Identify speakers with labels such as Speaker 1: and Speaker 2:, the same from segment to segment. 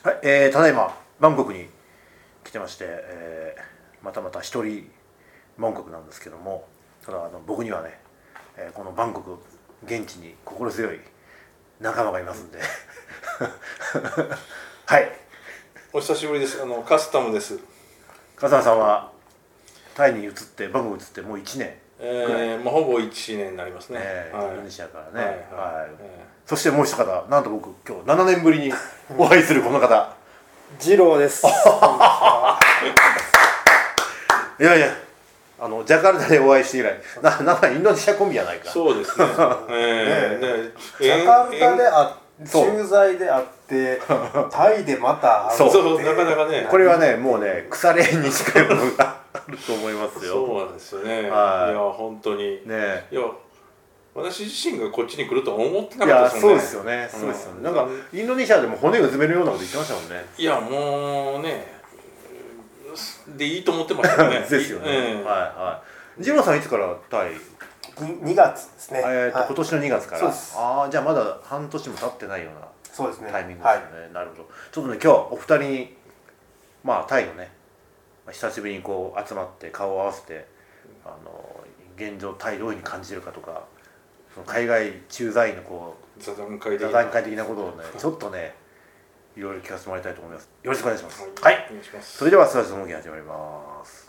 Speaker 1: はい、えーただいまバンコクに来てまして、えーまたまた一人バンコクなんですけどもただあの僕にはね、えーこのバンコク現地に心強い仲間がいますんで はい
Speaker 2: お久しぶりです。あのカスタムです。
Speaker 1: 笠原さんはタイに移ってバンコク移ってもう1年、
Speaker 2: えーまあほぼ一年になりますね。
Speaker 1: えー
Speaker 2: はい
Speaker 1: インドネシアからね、
Speaker 2: は
Speaker 1: は
Speaker 2: い
Speaker 1: い
Speaker 2: え
Speaker 1: そしてもう一方なんと僕今日7年ぶりにお会いするこの方
Speaker 3: 二郎です。
Speaker 1: いやいやあのジャカルタでお会いして以来な なんかインドネシアコンビやない
Speaker 2: ー
Speaker 1: か
Speaker 2: そう ですね。えーね
Speaker 3: ジャカルタで
Speaker 2: え
Speaker 3: あ
Speaker 1: そう
Speaker 3: 駐在であ って、タイでまた会う
Speaker 1: そう
Speaker 2: ーそうなかなかね。
Speaker 1: これはねもうね腐れ縁に近いものがあると思いますよ
Speaker 2: そうなんですよね。い
Speaker 1: はい
Speaker 2: や本当に。
Speaker 1: ねえ
Speaker 2: いや私自身がこっちに来るとは思ってないか
Speaker 1: や
Speaker 2: った
Speaker 1: そうです
Speaker 2: よね。
Speaker 1: よねそうですよ
Speaker 2: う
Speaker 1: ね
Speaker 2: ん
Speaker 1: なんかインドネシアでも骨を詰めるようなこと言ってましたもんね
Speaker 2: いやもうねでいいと思ってましたよね。
Speaker 1: ですよね、
Speaker 2: えー
Speaker 1: はいはい二郎さんいつからタイ、
Speaker 3: に二月ですね。
Speaker 1: えーと
Speaker 3: はい
Speaker 1: 今年の2月から
Speaker 3: そうです
Speaker 1: ああじゃあまだ半年も経ってないような
Speaker 3: そうですね。
Speaker 1: タイミングです
Speaker 3: は
Speaker 1: よ
Speaker 3: い。
Speaker 1: ね、なるほどちょっとね今日はお二人にまあタイのねまあ久しぶりにこう集まって顔を合わせてあの現状タイどういうふうに感じてるかとかその海外駐在員のこ
Speaker 2: 座談会
Speaker 1: う
Speaker 2: で。
Speaker 1: 座談会的なことをねちょっとねいろいろ聞かせてもらいたいと思いますよろしくお願いしますは、
Speaker 2: はいい。お願いします。
Speaker 1: それでは「スラジオの動き」始まります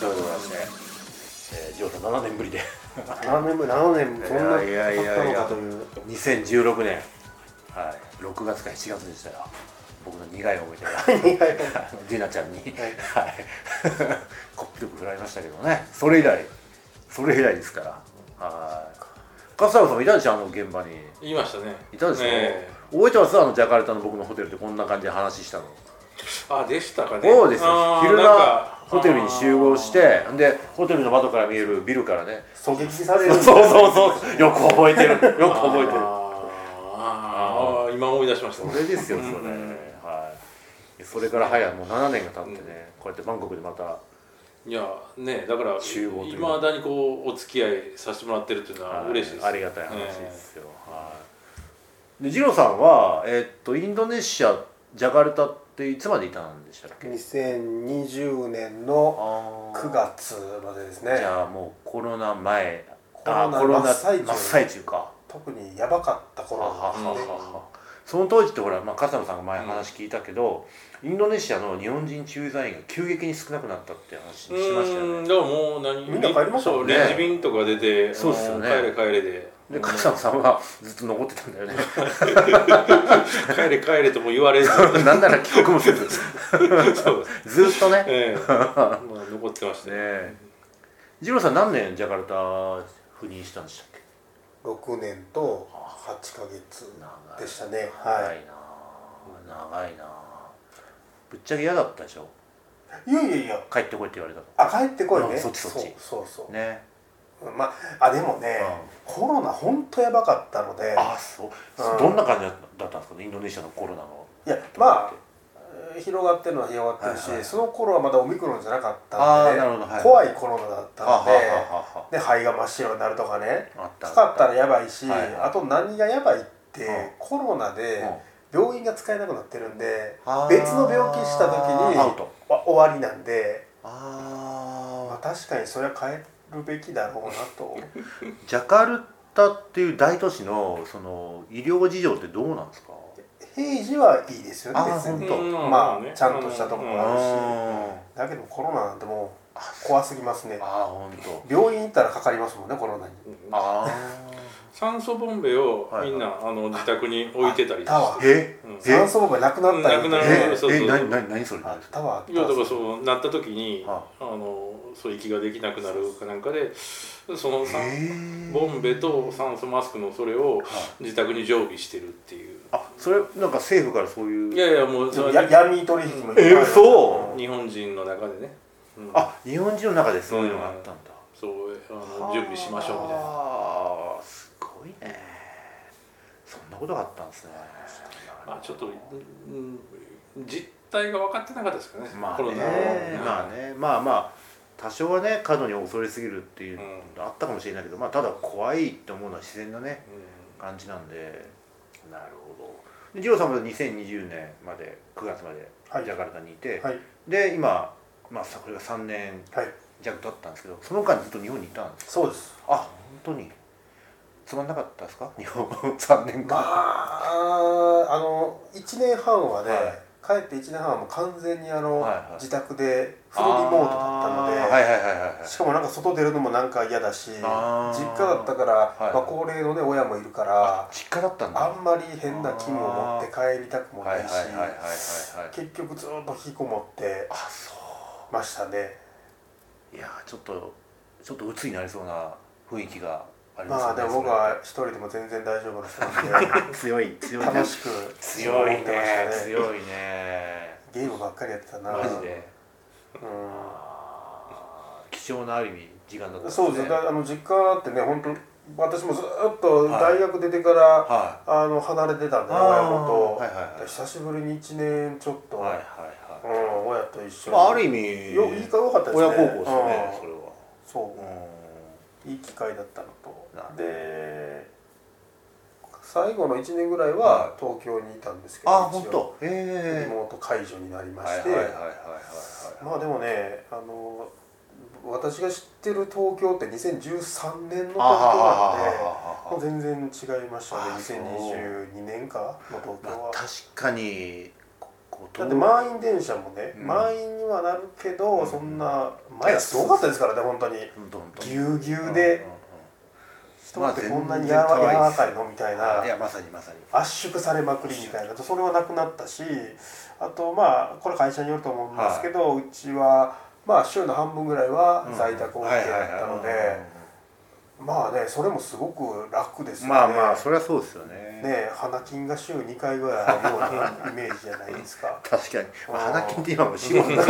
Speaker 1: ということでございまして、えー、ジローさん7年ぶ りで
Speaker 3: 何年も何年もそん
Speaker 1: や
Speaker 3: な
Speaker 1: いやいやいや
Speaker 3: 経ったのかという。
Speaker 1: 2016年、はい、6月か7月でしたよ僕の 苦い思い出が ディナちゃんに、はい こっぴどく振られましたけどねそれ以来それ以来ですからはい笠原さんもいたでしょあの現場に
Speaker 2: 言いましたね。
Speaker 1: いたでしょ、
Speaker 2: ええ
Speaker 1: 覚えてますあのジャカルタの僕のホテルでこんな感じで話したの
Speaker 2: あでしたかね。
Speaker 1: そうですよ
Speaker 2: あー
Speaker 1: 昼
Speaker 2: なん
Speaker 1: 間
Speaker 2: か
Speaker 1: ホテルに集合してでホテルの窓から見えるビルからね
Speaker 3: 狙撃され
Speaker 1: そ
Speaker 3: る。
Speaker 1: うそうそうよく覚えてる よく覚えてる
Speaker 2: あーあー今思い出しました
Speaker 1: それですよそれ、
Speaker 2: うんうん
Speaker 1: はいそれから早いもう7年が経ってね、こうやってバンコクでまた
Speaker 2: いやねだから
Speaker 1: 集合とい
Speaker 2: いうまだにこうお付き合いさせてもらってるっていうのは嬉しいです
Speaker 1: ありがたい話ですよ、はいでジローさんはえーっとインドネシアジャカルタっていつまでいたんでしたっけ
Speaker 3: 二千二十年の
Speaker 1: あー
Speaker 3: 九月までですね
Speaker 1: じ。ゃあもうコロナ前
Speaker 3: コロナ
Speaker 1: あーコロナ
Speaker 3: 真っ最中
Speaker 1: 真っ最中か
Speaker 3: 特にやばかった
Speaker 1: はは
Speaker 3: 頃
Speaker 1: はは
Speaker 3: ですね。
Speaker 1: はその当時ってほら、まあ、笠野さんが前話聞いたけど、インドネシアの日本人駐在員が急激に少なくなったって話し
Speaker 2: う
Speaker 1: ましたよね
Speaker 2: ーんだからもう何
Speaker 3: みんな帰りましたもんね
Speaker 2: そうレジ便とか出て
Speaker 1: そうですよね
Speaker 2: あの帰れ帰れで
Speaker 1: で笠野さんはずっと残ってたんだよね
Speaker 2: 帰れ帰れとも言われずそう
Speaker 1: なんなら帰国もせず
Speaker 2: です
Speaker 1: ずっとねね
Speaker 2: ええまあ残ってましたね
Speaker 1: え二郎さん何年ジャカルタ赴任したんでしたっけ
Speaker 3: 六年と八ヶ月
Speaker 1: 長い
Speaker 3: でしたね。
Speaker 1: 長
Speaker 3: はい
Speaker 1: なあ長いなあぶっちゃけ嫌だったでしょ
Speaker 3: い。いやいやいや。
Speaker 1: 帰ってこいって言われたの
Speaker 3: あ帰ってこい
Speaker 1: うん
Speaker 3: ね。
Speaker 1: そっちそっち
Speaker 3: そうそうそう。
Speaker 1: ね
Speaker 3: まあ、あでもね、コロナ本当やばかったので
Speaker 1: あそう、
Speaker 3: うん
Speaker 1: どんな感じだったんですかねインドネシアのコロナの
Speaker 3: いや
Speaker 1: ところっ
Speaker 3: ま
Speaker 1: て
Speaker 3: あ広がってるのは広がってるし、
Speaker 1: はいはい
Speaker 3: その頃はまだオミクロンじゃなかった
Speaker 1: あ
Speaker 3: の
Speaker 1: ー
Speaker 3: で、
Speaker 1: なるほどはい
Speaker 3: 怖いコロナだった
Speaker 1: は
Speaker 3: の
Speaker 1: は
Speaker 3: で
Speaker 1: はは
Speaker 3: で肺が真っ白になるとかね
Speaker 1: あった
Speaker 3: かかったらやばいし、
Speaker 1: はいはい
Speaker 3: あと何がやばいって、
Speaker 1: うん
Speaker 3: コロナで
Speaker 1: うん
Speaker 3: 病院が使えなくなってるんで、
Speaker 1: あー
Speaker 3: 別の病気した時に
Speaker 1: アウト
Speaker 3: わ終わりなんで、まあ、
Speaker 1: ああ
Speaker 3: 確かにそれは変えるべきだろうなと
Speaker 1: ジャカルタっていう大都市のその医療事情ってどうなんですか
Speaker 3: 平時はいいですよね
Speaker 1: あー
Speaker 3: 別
Speaker 1: 本
Speaker 3: に
Speaker 1: 当
Speaker 2: うん
Speaker 3: まあ
Speaker 2: ね
Speaker 3: ちゃんとしたところがあるし。
Speaker 1: あ
Speaker 3: だけどコロナなんてもう怖すぎますね
Speaker 1: ーあー本当
Speaker 3: 病院行ったらかかりますもんねコロナに
Speaker 2: うん
Speaker 1: あ
Speaker 2: 酸素ボンベをみんな、あの自宅に置いてたりして
Speaker 3: ああった
Speaker 1: あ
Speaker 3: わ
Speaker 1: え
Speaker 2: うん
Speaker 1: え
Speaker 3: 酸素ボンベなくなったりと
Speaker 2: な
Speaker 3: か
Speaker 2: くな
Speaker 1: え
Speaker 2: るそうそう
Speaker 1: え何何何それ
Speaker 3: あったわあった
Speaker 2: いやだから
Speaker 3: わ
Speaker 2: そうなった時に
Speaker 1: は
Speaker 2: あのそう息ができなくなるかなんかでその酸
Speaker 1: え
Speaker 2: ボンベと酸素マスクのそれを
Speaker 1: は
Speaker 2: 自宅に常備してるっていう
Speaker 1: あそれなんか政府からそういう
Speaker 2: いやいやもう
Speaker 3: ち
Speaker 2: そ
Speaker 3: ょっと
Speaker 2: れ
Speaker 3: や
Speaker 2: は
Speaker 3: 闇取引もいっぱいあ
Speaker 1: え
Speaker 3: る
Speaker 1: 嘘
Speaker 2: 日本人の中でね、うん
Speaker 1: あ日本人の中でそういうのがあったんだ、
Speaker 2: そとあの準備しましょうみたいな
Speaker 1: あーすごいねそんなことがあったんですね
Speaker 2: まあちょっと、うんうん実態が分かってなかったですけどね、
Speaker 1: まあ
Speaker 2: コロ
Speaker 1: ね
Speaker 2: ナ
Speaker 1: まあねまあまあ多少はね過度に恐れすぎるっていうのあったかもしれないけど、まあただ怖いって思うのは自然なね感じなんでなるほどで二郎さんも2020年まで9月まで
Speaker 3: はい
Speaker 1: ジャカルタにいて、
Speaker 3: はい
Speaker 1: で今、まあ、さこれが3年
Speaker 3: はい
Speaker 1: 弱だったんですけどその間ずっと日本にいたんです
Speaker 3: そうです
Speaker 1: あ本当につまんなかったですか 日本3年間、
Speaker 3: まああの1年半はね、帰って1年半はもう完全にあの、
Speaker 1: はいはい
Speaker 3: 自宅でフルリモートだったので、
Speaker 1: あーはいはいはいはいはい
Speaker 3: しかもなんか外出るのもなんか嫌だし実
Speaker 1: あー
Speaker 3: 家だったから、
Speaker 1: い
Speaker 3: まあ、高齢のね親もいるから
Speaker 1: 実家だったんだ
Speaker 3: あんまり変な菌を持って帰りたくも
Speaker 1: は
Speaker 3: ない
Speaker 1: はい
Speaker 3: いし
Speaker 1: はいはいはいはい
Speaker 3: 結局ずっと引きこもって
Speaker 1: あそ
Speaker 3: ましたね
Speaker 1: ういやーちょっとちょっと鬱になりそうな雰囲気があります
Speaker 3: まあでも僕は一人でも全然大丈夫な人なんで
Speaker 1: 強い強い
Speaker 3: 楽しく
Speaker 1: 強い
Speaker 3: 過ごしてま
Speaker 1: ね
Speaker 3: したね
Speaker 1: 強いね
Speaker 3: ゲームばっかりやってたな
Speaker 1: マジで
Speaker 3: う
Speaker 1: あー貴重なある意味時間だった
Speaker 3: んそうですね
Speaker 1: ね
Speaker 3: だあの実家ってね本当私もずっと大学出てから
Speaker 1: は
Speaker 3: あの離れてたん
Speaker 1: い
Speaker 3: で親元
Speaker 1: はいはいはい
Speaker 3: 久しぶりに1年ちょっと、
Speaker 1: はいはいは
Speaker 3: うん、親と一
Speaker 1: い
Speaker 3: 緒
Speaker 1: まあある
Speaker 3: 意
Speaker 1: 意味
Speaker 3: よいいか良かったですね
Speaker 1: 親孝行ですねそれは
Speaker 3: うん、そうういい機会だったのと
Speaker 1: なるほど
Speaker 3: で最後の1年ぐらいは東京にいたんですけど、
Speaker 1: あ
Speaker 3: 一応
Speaker 1: 本当
Speaker 3: リ
Speaker 1: ええ
Speaker 3: モート解除になりま
Speaker 1: はい
Speaker 3: し
Speaker 1: はい
Speaker 3: て、
Speaker 1: はいはいはいはい
Speaker 3: まあでもねあの私が知ってる東京って2013年の東京
Speaker 1: あはは
Speaker 3: なんで
Speaker 1: は
Speaker 3: も
Speaker 1: は
Speaker 3: う全然違いましたね
Speaker 1: あそう
Speaker 3: 2022年かの東京
Speaker 1: まあ
Speaker 3: は。
Speaker 1: 確かにここう
Speaker 3: だって満員電車もね、
Speaker 1: うん
Speaker 3: 満員にはなるけど、
Speaker 1: うん
Speaker 3: そんな前はすごかったですからね本当に
Speaker 1: うんどんどん
Speaker 3: ぎゅうぎゅ
Speaker 1: う
Speaker 3: うで
Speaker 1: んうんうん
Speaker 3: 人ってこんなにや
Speaker 1: まあ全然可
Speaker 3: わ
Speaker 1: 愛いです
Speaker 3: 柔らかいのみたいない
Speaker 1: やまさにまさに
Speaker 3: 圧縮されまくりみたいなそれはなくなったしあとまあこれ会社によると思うんですけど、うちはまあ週の半分ぐらいは在宅 OK だったの
Speaker 1: はいはいはい
Speaker 3: でまあねそれもすごく楽ですよね。
Speaker 1: まあまあそれはそうですよね。
Speaker 3: ね花金が週2回ぐらいあるようなイメージじゃないですか
Speaker 1: 確かに、まあ、
Speaker 3: うん
Speaker 1: 花金って今も仕事
Speaker 3: そう
Speaker 1: う
Speaker 3: うん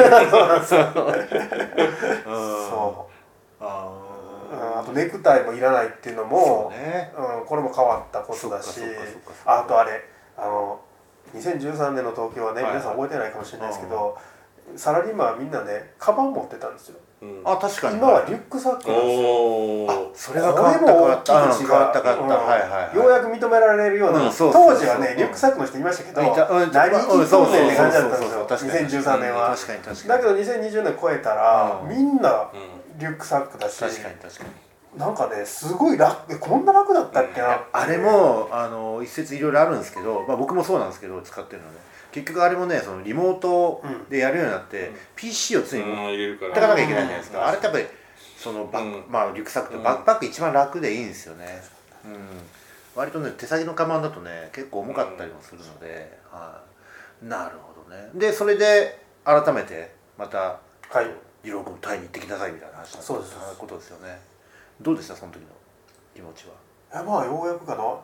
Speaker 1: あ
Speaker 3: あとネクタイもいらないっていうの
Speaker 1: ー
Speaker 3: も
Speaker 1: そうね
Speaker 3: うん、これも変わったことだし
Speaker 1: そっかそっかそっかそっか
Speaker 3: あとあれあの2013年の東京はね、
Speaker 1: はい
Speaker 3: 皆さん覚えてないかもしれないですけど、サラリーマンはみんなねカバン持ってたんですよ
Speaker 2: うんうん
Speaker 1: あ確かに
Speaker 3: 今はリュックサックなんですよ
Speaker 2: お
Speaker 1: あ
Speaker 2: ー
Speaker 1: それが変わった変
Speaker 3: これも
Speaker 1: わ
Speaker 3: 大
Speaker 1: っ
Speaker 3: きい
Speaker 1: た、うん
Speaker 3: 違い
Speaker 1: 変わった変わった、
Speaker 3: うん
Speaker 1: はいはい、はい、
Speaker 3: ようやく認められるような、
Speaker 1: うんそうそうそう
Speaker 3: 当時はね
Speaker 1: うん
Speaker 3: リュックサックの人いましたけど、
Speaker 1: いたうん
Speaker 3: 何
Speaker 1: うん
Speaker 3: 一
Speaker 1: そうそう
Speaker 3: 本線って感じだ
Speaker 1: そう
Speaker 3: ったんで
Speaker 1: そう
Speaker 3: すよ
Speaker 1: 確かに
Speaker 3: 2013年は、
Speaker 1: 確かに確か
Speaker 3: だ
Speaker 1: に
Speaker 3: けど2020年超えたら、
Speaker 1: うん
Speaker 3: みんな
Speaker 2: うん
Speaker 3: リュックサックだし
Speaker 1: 確かに確かに
Speaker 3: なんかねすごい楽えこんな楽だったっけなって
Speaker 1: あれもあの一説いろいろあるんですけど、まあ、僕もそうなんですけど使ってるのね結局あれもねそのリモートでやるようになって、
Speaker 2: うん
Speaker 1: PC を常に持っ
Speaker 2: うん入れるか
Speaker 1: 持
Speaker 2: ら
Speaker 1: ってかなきゃいけないじゃないです
Speaker 2: うん
Speaker 1: かあれってやっぱりそのバック、
Speaker 2: うん
Speaker 1: まあリュックサックとバックパック一番楽でいいんですよねうん割とね手先のカバンだとね結構重かったりもするので、はいなるほどねでそれで改めてまた
Speaker 3: はい
Speaker 1: 二郎君タイに行ってきなさいみたいな話だった
Speaker 3: そうです
Speaker 1: ということですよねどうでしたその時の気持ちは
Speaker 3: えまあようやくかなも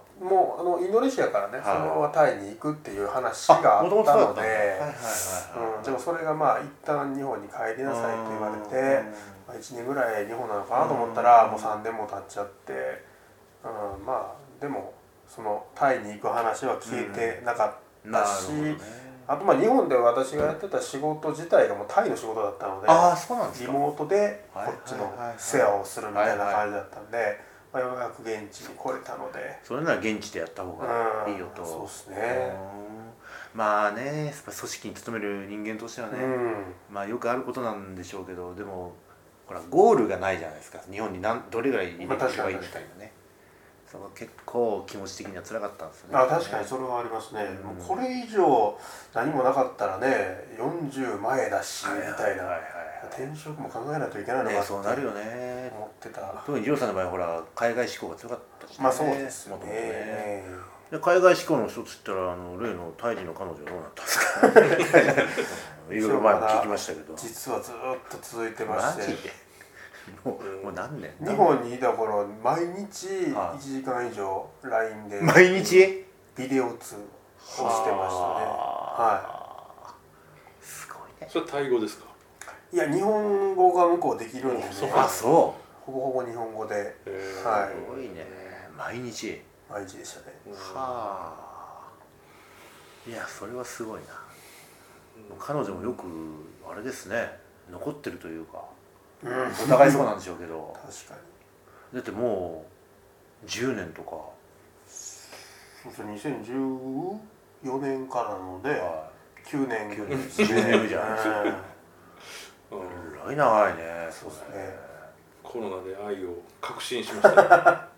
Speaker 3: うあのインドネシアからね、
Speaker 1: はい
Speaker 3: そのままタイに行くっていう話があった
Speaker 1: 元々そうだ
Speaker 3: の
Speaker 1: った
Speaker 3: で
Speaker 1: んだはいはいはい
Speaker 3: うんでもそれがまあ一旦日本に帰りなさいと言われて、まあ、1年ぐらい日本なのかなと思ったら
Speaker 1: うん
Speaker 3: もう3年も経っちゃって、うん、まあでもそのタイに行く話は消えてなか
Speaker 1: う
Speaker 3: っ
Speaker 1: んなる
Speaker 3: た
Speaker 1: ほど
Speaker 3: し、
Speaker 1: ね
Speaker 3: あとまあ日本で私がやってた仕事自体がもうタイの仕事だったので
Speaker 1: ああそうなんです
Speaker 3: リ
Speaker 1: か
Speaker 3: モートで
Speaker 1: はい
Speaker 3: こっちの
Speaker 1: はいはいはい
Speaker 3: 世話をするみたいな感じだったんで、まあ、ようやく現地に来れたので。
Speaker 1: それなら現地でやった方が
Speaker 3: うん
Speaker 1: いいよと、
Speaker 3: そうですね
Speaker 1: うんまあねやっぱ組織に勤める人間としてはね、
Speaker 3: うん
Speaker 1: まあよくあることなんでしょうけどでもほらゴールがないじゃないですか日本に何どれぐらい入れていけばいいみたいなね、その結構気持ち的には辛かったんですよね
Speaker 3: あ確かにそれはありますね、
Speaker 1: うん
Speaker 3: もうこれ以上何もなかったらね40前だしみ
Speaker 1: はいはい
Speaker 3: たいな、
Speaker 1: はいはい
Speaker 3: 転職も考えないといけないの
Speaker 1: はい
Speaker 3: か
Speaker 1: ね
Speaker 3: って
Speaker 1: そうなるよね
Speaker 3: 思ってた
Speaker 1: 特に二郎さんの場合ほら海外志向が強かったし、ね、
Speaker 3: まあそうですよ
Speaker 1: もと
Speaker 3: ね
Speaker 1: もとねで海外志向の一つって言ったらあの例の胎児の彼女はどうなったんですか いろいろ前も聞きましたけど
Speaker 3: 実はずっと続いてま
Speaker 1: マ
Speaker 3: し
Speaker 1: ジ
Speaker 3: て
Speaker 1: でもうもう何年
Speaker 3: 日本にいた頃毎日
Speaker 1: は
Speaker 3: 1
Speaker 1: い
Speaker 3: 時間以上 LINE で
Speaker 1: 毎日
Speaker 3: ビデオ通をしてましたねは
Speaker 1: はいすごいね
Speaker 2: それタイ語ですか
Speaker 3: いいや日本語が向こうできるんでね
Speaker 2: そう
Speaker 1: あそう
Speaker 3: ほぼほぼ日本語で
Speaker 2: えー
Speaker 3: はい
Speaker 1: すごいね毎日
Speaker 3: 毎日でしたね
Speaker 2: うん
Speaker 1: はあいやそれはすごいな彼女もよくあれですね残ってるというか
Speaker 3: うん
Speaker 1: お互いそうなんでしょうけど
Speaker 3: 確かに
Speaker 1: だってもう10年とか、
Speaker 3: そうそう2014年からなので
Speaker 1: は
Speaker 3: 9年
Speaker 1: 9
Speaker 3: で
Speaker 1: 年
Speaker 3: すね
Speaker 1: 10年目じゃ
Speaker 3: うん
Speaker 2: うん
Speaker 1: い、えらい長いね
Speaker 3: そうですね
Speaker 2: コロナで愛を確信しました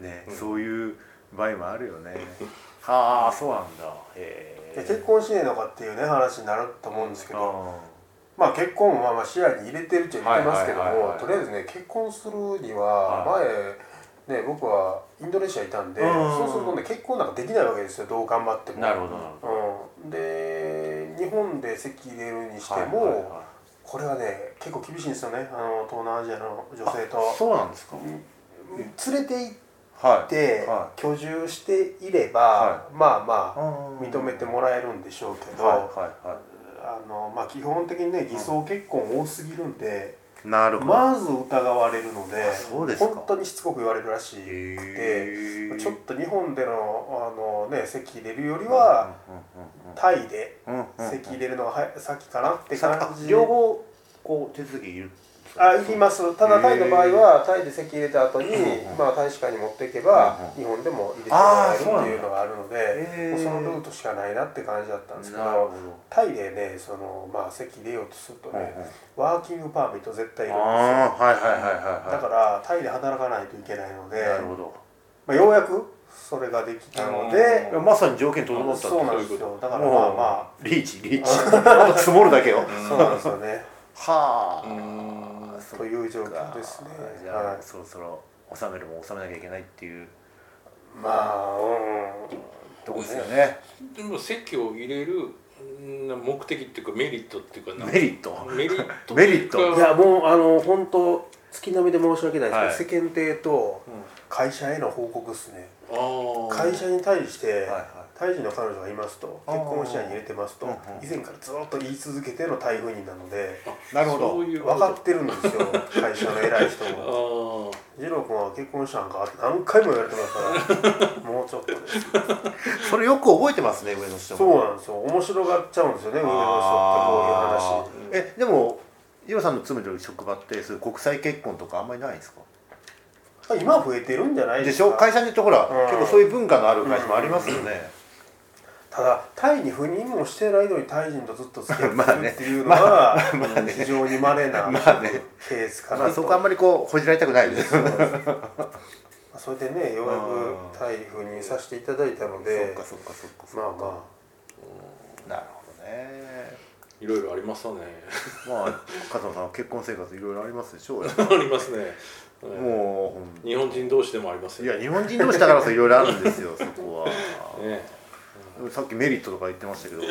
Speaker 2: ね
Speaker 1: ねね、
Speaker 2: うん
Speaker 1: そういう場合もあるよねは あそうなんだへ
Speaker 3: で
Speaker 1: え
Speaker 3: 結婚しねえのかっていうね話になると思うんですけど、
Speaker 1: あ
Speaker 3: まあ結婚もまあまあ視野に入れてるっちゃ入れてますけど
Speaker 1: はいはいはい
Speaker 3: も
Speaker 1: はい
Speaker 3: とりあえずね結婚するには
Speaker 1: は
Speaker 3: 前、ね、僕はインドネシアいたんで、
Speaker 1: うん
Speaker 3: そうするとね結婚なんかできないわけですよどう頑張って
Speaker 1: ー
Speaker 3: も。
Speaker 1: なるほどなるほど
Speaker 3: うん、で日本で籍入れるにして
Speaker 1: は
Speaker 3: も、
Speaker 1: いはいはい
Speaker 3: これはね結構厳しいんですよねあの東南アジアの女性
Speaker 1: あ
Speaker 3: と。
Speaker 1: そうなんですか
Speaker 3: 連れて行っ
Speaker 1: はい
Speaker 3: て、
Speaker 1: は
Speaker 3: 居住していれば、
Speaker 1: は
Speaker 3: まあまあ認
Speaker 1: 認
Speaker 3: めてもらえるんでしょうけど、
Speaker 1: はいはいは
Speaker 3: あのまあ、基本的にね偽装結婚多すぎるんで、
Speaker 1: いなるほど、
Speaker 3: まず疑われるので
Speaker 1: あそうですか
Speaker 3: 本当にしつこく言われるらしい。
Speaker 1: へー
Speaker 3: ちょっと日本でのあの、ね、籍入れるよりは、タイで
Speaker 1: うんうんうんうんうん
Speaker 3: 籍入れるのがは先かなって
Speaker 1: さ
Speaker 3: 感
Speaker 1: あ
Speaker 3: じ
Speaker 1: 両方こう手続きいる
Speaker 3: あいりますただタイの場合はタイで籍入れた後に、
Speaker 1: うんうん
Speaker 3: まあ、大使館に持っていけ
Speaker 1: うん
Speaker 3: ば
Speaker 1: うん
Speaker 3: 日本でも入れてもらえる
Speaker 1: あー
Speaker 3: っていうのがあるので
Speaker 1: へー
Speaker 3: もうそのルートしかないなって感じだったんですけど
Speaker 1: なるほど
Speaker 3: タイでねその、まあ、籍入れようとするとね、ワーキングパーミット絶対いるんですよ
Speaker 1: ああはいはいはいはいはい
Speaker 3: だからタイで働かないといけないので、
Speaker 1: なるほど
Speaker 3: まあ、ようやくそれができたので
Speaker 1: いやまさに条件整ったって
Speaker 3: そうなんです
Speaker 2: そういう
Speaker 3: よ
Speaker 2: こ
Speaker 3: だからま
Speaker 1: もう
Speaker 3: あま
Speaker 1: リーチリーチあと積もるだけ よ
Speaker 3: あそうなんですよね
Speaker 1: は
Speaker 2: うー
Speaker 1: あ
Speaker 2: ん
Speaker 1: そっか
Speaker 3: という状況ですね
Speaker 1: じ
Speaker 3: は
Speaker 1: ゃあ
Speaker 3: い
Speaker 1: そろそろ納めるも納めなきゃいけないっていう
Speaker 3: まあうん
Speaker 1: とこですよね
Speaker 2: でも席を入れるうん目的っていうかメリットっていうかな
Speaker 1: メリット
Speaker 2: メリット
Speaker 1: メリット
Speaker 2: ってう
Speaker 3: い
Speaker 2: か
Speaker 3: やもうあの本当月並みで申し訳ない
Speaker 1: はい
Speaker 3: ですけど、世間体と
Speaker 2: うん
Speaker 3: 会社への報告ですね、
Speaker 2: あー
Speaker 3: 会社に対して、
Speaker 1: はいはい
Speaker 3: タイ人の彼女がいますと
Speaker 1: あー
Speaker 3: 結婚を視野に入れてますと
Speaker 1: うんうん
Speaker 3: 以前からずっと言い続けてのタイ赴任なので
Speaker 2: あ
Speaker 1: なるほど
Speaker 2: そういうこ
Speaker 3: 分
Speaker 2: と
Speaker 3: かってるんですよ会社の偉い人
Speaker 2: あ
Speaker 3: も
Speaker 2: ー
Speaker 3: 「二郎君は結婚したんか?」って何回も言われてますか らもうちょっとです
Speaker 1: それよく覚えてますね上の人も
Speaker 3: そうなんですよ面白がっちゃうんですよね上の人
Speaker 1: あ
Speaker 3: ってこういう話
Speaker 1: ーえでも伊代さんの勤めてる職場ってそういう国際結婚とかあんまりないんですか
Speaker 3: まあ今は増えてるんじゃない
Speaker 1: で
Speaker 3: で
Speaker 1: し
Speaker 3: すか
Speaker 1: ょ会社によってほら、
Speaker 3: うん
Speaker 1: 結構そういう文化のある会社もありますよね、
Speaker 3: ただタイに赴任もしてないのにタイ人とずっと付き合
Speaker 1: まあ
Speaker 3: って
Speaker 1: ね
Speaker 3: るっていうのは
Speaker 1: まあね
Speaker 3: 非常に稀な
Speaker 1: まあね
Speaker 3: ケースか
Speaker 1: まあ、
Speaker 3: な
Speaker 1: そ
Speaker 3: と、
Speaker 1: こあんまりこうほじられたくないです
Speaker 3: それでねようやくタイ赴任させていただいたので
Speaker 1: そっかそっか
Speaker 3: まあま
Speaker 1: なるほどね
Speaker 2: いろいろありますね
Speaker 1: まあ加藤さんは結婚生活いろいろありますでしょうよ
Speaker 2: ありますねはい
Speaker 1: もうほん
Speaker 2: 日本人同士でもあります
Speaker 1: い
Speaker 2: よ
Speaker 1: や日本人同士だからこそいろいろあるんですよ そこ
Speaker 2: ね
Speaker 1: はさっきメリットとか言ってましたけど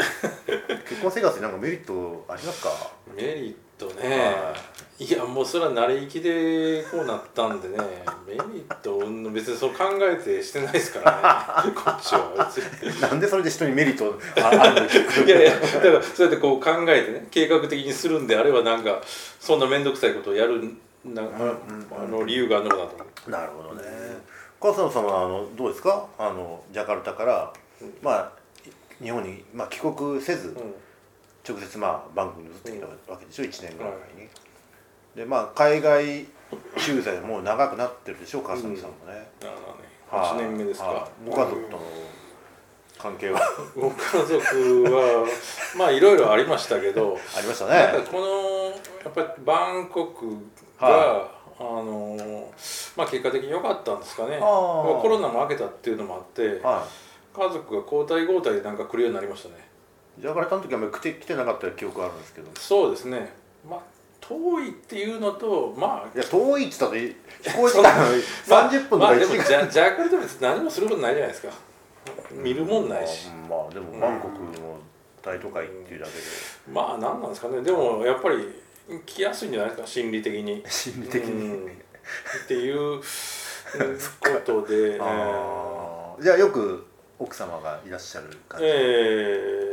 Speaker 1: 結婚生活になんかメリットありますか
Speaker 2: メリットね
Speaker 1: はい
Speaker 2: やもうそれは慣れ行きでこうなったんでねメリットうん別にそう考えてしてないですか らねこっちは別に
Speaker 1: なんでそれで人にメリットあ あるの聞く
Speaker 2: いやいやだからそうやってこう考えてね計画的にするんであればなんかそんな面倒くさいことをやるな、あの理由があるのかなと思って
Speaker 1: なるほどね加藤さんはあのどうですかあのジャカルタから、まあい日本に、まあ、帰国せず、直接まあバンコクに移ってきたわけでしょ、1年ぐらい前に、でまあ海外駐在もう長くなってるでしょ川澄さんもね、
Speaker 2: だか
Speaker 1: はい
Speaker 2: らね8年目です
Speaker 1: は
Speaker 2: か
Speaker 1: いご家族との関係は
Speaker 2: ご家族はまあいろいろありましたけど
Speaker 1: ありました
Speaker 2: なん
Speaker 1: ね
Speaker 2: かこのやっぱりバンコクが、
Speaker 1: は
Speaker 2: あのまあ結果的に良かったんですかね
Speaker 1: あー
Speaker 2: コロナも明けたっていうのもあって
Speaker 1: は
Speaker 2: 家族が交代交代でなんか来るようになりましたね
Speaker 1: いジャカルタの時はあんまり来て来てなかった記憶あるんですけど
Speaker 2: そうですねまあ遠いっていうのとま
Speaker 1: い
Speaker 2: あ
Speaker 1: や遠いっつったって飛行時間30分と
Speaker 2: ま
Speaker 1: か
Speaker 2: あ
Speaker 1: 1
Speaker 2: で
Speaker 1: 時
Speaker 2: も
Speaker 1: 間
Speaker 2: ジャジャカルタ別に何もすることないじゃないですか見るもんないし、
Speaker 1: まあ、まあでもバンコクの大都会っていうだけで、
Speaker 2: まあ何なんですかねでもやっぱり来やすいんじゃないですか心理的に
Speaker 1: 心理的に、
Speaker 2: うんって いううんことで、えー
Speaker 1: ああじゃあよく奥様がいらっしゃる感じで
Speaker 2: えー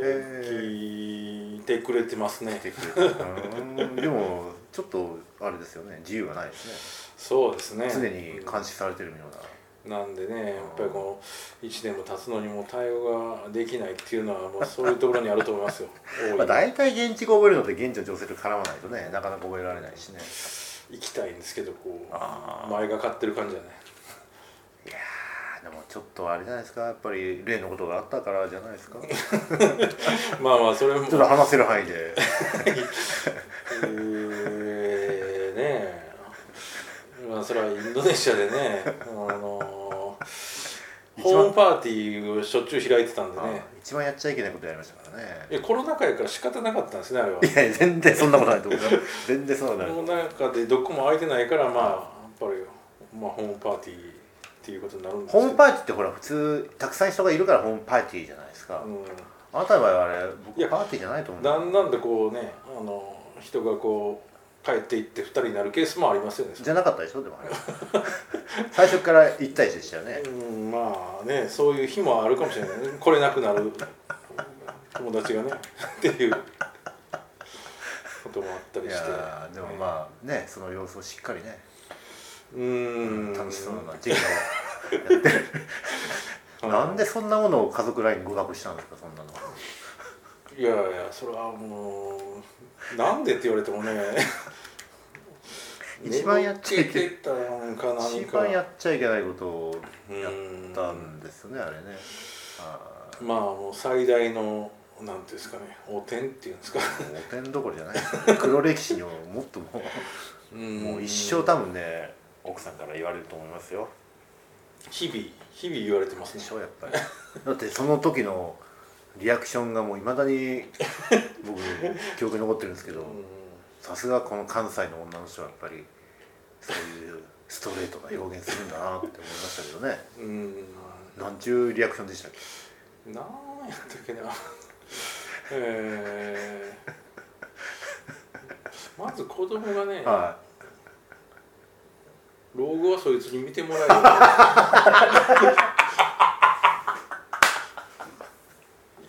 Speaker 1: へ
Speaker 2: 聞いてくれてますね
Speaker 1: 来てくれた、うーんでもちょっとあれですよね自由がないです
Speaker 2: そうですね
Speaker 1: ね常に監視されてるような
Speaker 2: なんでねやっぱりこの1年も経つのにもう対応ができないっていうのはも うそういうところにあると思いますよ
Speaker 1: まあ、
Speaker 2: 大い
Speaker 1: 大体現地語覚えるのって現地の情勢と絡まないとねなかなか覚えられないしね
Speaker 2: 行きたいんですけどこ
Speaker 1: あ
Speaker 2: う前がかってる感じじゃない
Speaker 1: いやーでもちょっとあれじゃないですかやっぱり例のことがあったからじゃないですかちょ
Speaker 2: まあまあ それも
Speaker 1: っと話せる 範囲で
Speaker 2: えーねえまあそれはインドネシアでねあの ホームパーティーをしょっちゅう開いてたんで
Speaker 1: あ
Speaker 2: ね
Speaker 1: ー一番やっちゃいけないことやりましたからね
Speaker 2: いやコロナ禍やから仕方なかったんですねあれはい
Speaker 1: や全然そんなことないと思うよ全然そんなことないと思
Speaker 2: コ
Speaker 1: う
Speaker 2: ロナ禍でどこも空いてないからまあやっぱり、まあ、ホームパーティーっていうことになるんです
Speaker 1: ホームパーティーってほら普通たくさん人がいるからホームパーティーじゃないですか、
Speaker 2: う
Speaker 1: あなたの場合はあれ
Speaker 2: い
Speaker 1: 僕
Speaker 2: や
Speaker 1: パーティーじゃないと思
Speaker 2: ん、
Speaker 1: う
Speaker 2: だんだんとこうねあの人がこう帰っていって2人になるケースもありますよね
Speaker 1: じゃなかったでしょでもあれ最初から1対1でしたよね
Speaker 2: うんまあねそういう日もあるかもしれないね来れなくなる友達がねっていうこともあったり
Speaker 1: い
Speaker 2: して
Speaker 1: やーでもまあねその様子をしっかりね
Speaker 2: うん
Speaker 1: 楽しそうな授業をやってる なんでそんなものを家族ラインに語学したんですかそんなの
Speaker 2: いやいやそれはもうなんでって言われてもね
Speaker 1: 一番やっちゃいけ
Speaker 2: 寝ぼけてたんか何
Speaker 1: 一
Speaker 2: か
Speaker 1: 番やっちゃいけないことをやっ
Speaker 2: うん
Speaker 1: たんですよねあれねあー
Speaker 2: まあもう最大のなんていうんですかね汚点っていうんですか
Speaker 1: もう汚点どころじゃないですよ黒歴史にももっともうも
Speaker 2: も
Speaker 1: う一生多分ね奥さんから言われると思いますよ
Speaker 2: 日々日々言われてます
Speaker 1: で
Speaker 2: ね
Speaker 1: しょやっぱりだってその時のリアクションがもういまだに僕記憶に残ってるんですけど
Speaker 2: う
Speaker 1: さすがこの関西の女の人はやっぱりそういうストレートな表現するんだなって思いましたけどね
Speaker 2: んうん
Speaker 1: なんちゅうリアクションでしたっけ
Speaker 2: なんやったっけな えーまず子供がね、
Speaker 1: は
Speaker 2: 老後はそいつに見てもらえ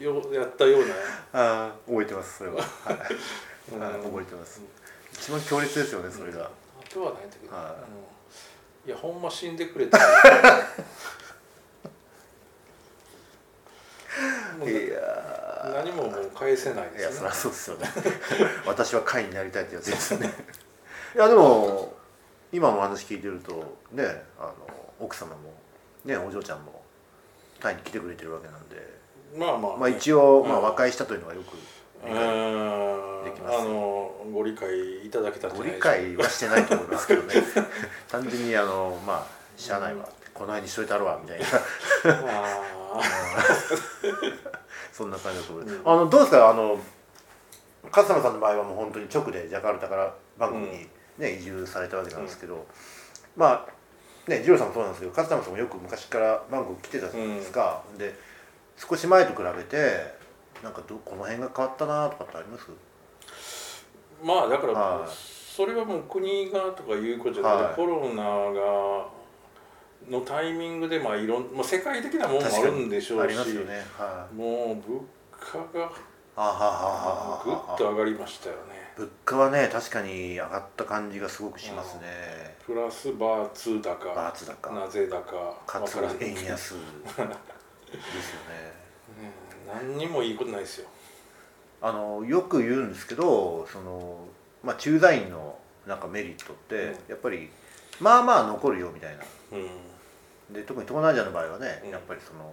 Speaker 2: る ようやったよう
Speaker 1: いあー覚えてますそれは、はい
Speaker 2: うん
Speaker 1: あー覚えてます一番強烈ですよねそれが、
Speaker 2: なあとはないんだけど、
Speaker 1: は
Speaker 2: うんいやほんま死んでくれた もう
Speaker 1: いや
Speaker 2: 何ももう返せない
Speaker 1: ーい
Speaker 2: で
Speaker 1: や
Speaker 2: す
Speaker 1: そ
Speaker 2: ね
Speaker 1: りゃそうですよ ね私は会になりたいってやつですねいやでも今のお話聞いてるとねあの奥様もねお嬢ちゃんもタイに来てくれてるわけなんで
Speaker 2: まあまあ、
Speaker 1: まあ一応、まあ、
Speaker 2: うん
Speaker 1: 和解したというのはよく
Speaker 2: う
Speaker 1: 理解
Speaker 2: ーん
Speaker 1: できます
Speaker 2: あのご理解いただけたんじゃ
Speaker 1: ご
Speaker 2: ない
Speaker 1: 理
Speaker 2: でしょうか
Speaker 1: 解はしてないと思いますけど ね単純にあのまあ社内はこの辺にしといたろわみたいな
Speaker 2: あ
Speaker 1: そんな感じだと思います、
Speaker 2: うん
Speaker 1: あのどうですかあの勝間さんの場合はもう本当に直でジャカルタからバンコクに、ね移住されたわけなんですけど、まあね二郎さんもそうなんですけど勝間さんもよく昔からバンコク来てたじゃないですか、で少し前と比べてなんかどこの辺が変わったなとかってあります
Speaker 2: ーまあだから、
Speaker 1: はい
Speaker 2: それはもう国がとかいうことじゃなくて、
Speaker 1: はい
Speaker 2: コロナがのタイミングでまあいろん、まあ、世界的なもんもあるんでしょ
Speaker 1: あ
Speaker 2: う
Speaker 1: り
Speaker 2: し
Speaker 1: ますよねはい、
Speaker 2: もう物価が
Speaker 1: あはは
Speaker 2: ぐ
Speaker 1: はは
Speaker 2: っと上がりましたよね
Speaker 1: 物価はね確かに上がった感じがすごくしますね、
Speaker 2: プラスバーツ
Speaker 1: バー
Speaker 2: 高
Speaker 1: ツ高
Speaker 2: なぜだか
Speaker 1: か
Speaker 2: わ
Speaker 1: つ
Speaker 2: からん
Speaker 1: 円安
Speaker 2: ね
Speaker 1: ですよね
Speaker 2: 何にもいいことないですよ
Speaker 1: あのよく言うんですけどその、まあ、駐在員のなんかメリットってやっぱりまあまあ残るよみたいな
Speaker 2: うん
Speaker 1: で特に東南アジアの場合はね、
Speaker 2: うん
Speaker 1: やっぱりその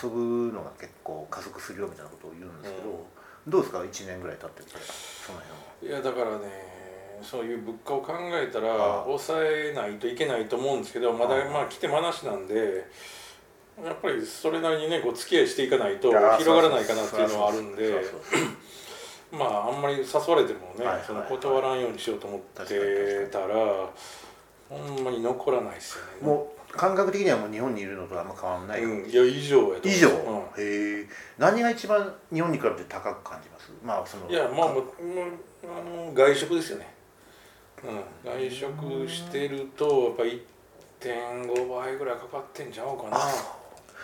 Speaker 1: 遊ぶのが結構加速するよみたいなことを言うんですけど、
Speaker 2: うん
Speaker 1: どうですか1年ぐらい経ってみてその辺はい
Speaker 2: やだからねそういう物価を考えた
Speaker 1: あ
Speaker 2: ら
Speaker 1: あ
Speaker 2: 抑えないといけないと思うんですけどまだ
Speaker 1: ああ
Speaker 2: まあ来てまなしなんでやっぱりそれなりにねこう付き合いしていかないと
Speaker 1: いやー
Speaker 2: 広がらないかなっていうのはあるん
Speaker 1: そう
Speaker 2: で
Speaker 1: そうそうそう
Speaker 2: まああんまり誘われてもね、
Speaker 1: はいはい
Speaker 2: その断らんようにしようと思ってたらほんまに残らないですよね。
Speaker 1: もう感覚的にはもう日本にいるのとあんま変わんない、
Speaker 2: うん、いや以上やと思う
Speaker 1: 以上、
Speaker 2: うん
Speaker 1: へえ何が一番日本に比べて高く感じますまあその
Speaker 2: いやまあもうもうあの外食ですよね、うん、外食してるとやっぱ1.5倍ぐらいかかってんちゃうかな
Speaker 1: あ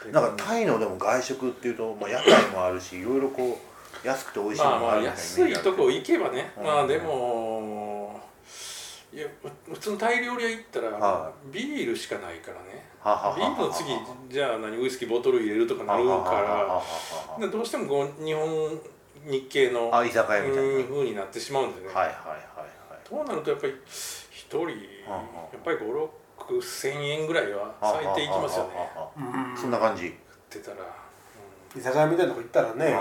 Speaker 2: って
Speaker 1: なんかタイのでも外食っていうと、まあ、屋台もあるしいろいろこう安くて美味しい
Speaker 2: まあ
Speaker 1: のも
Speaker 2: ま
Speaker 1: あ
Speaker 2: あ
Speaker 1: るみたいなイメー
Speaker 2: 安
Speaker 1: ジ
Speaker 2: い
Speaker 1: あるけ
Speaker 2: と
Speaker 1: ど
Speaker 2: こ行けばね、
Speaker 1: うん
Speaker 2: まあでもいや普通のタイ料理屋行ったら
Speaker 1: は
Speaker 2: ビールしかないからね
Speaker 1: はははは
Speaker 2: ビールの次じゃあ何ウイスキーボトル入れるとかなるからでどうしてもこう日本日系の
Speaker 1: あ居酒屋みたいな
Speaker 2: うん風になってしまうんですね、
Speaker 1: はいはいはいはい
Speaker 2: となるとやっぱり一人やっぱり5 6 0円ぐらいは最低いきますよね
Speaker 1: はははは
Speaker 3: うん
Speaker 1: そんな感じ
Speaker 2: ってたら、
Speaker 3: 居酒屋みたいなとこ行ったら
Speaker 1: あ
Speaker 3: ね
Speaker 1: ーま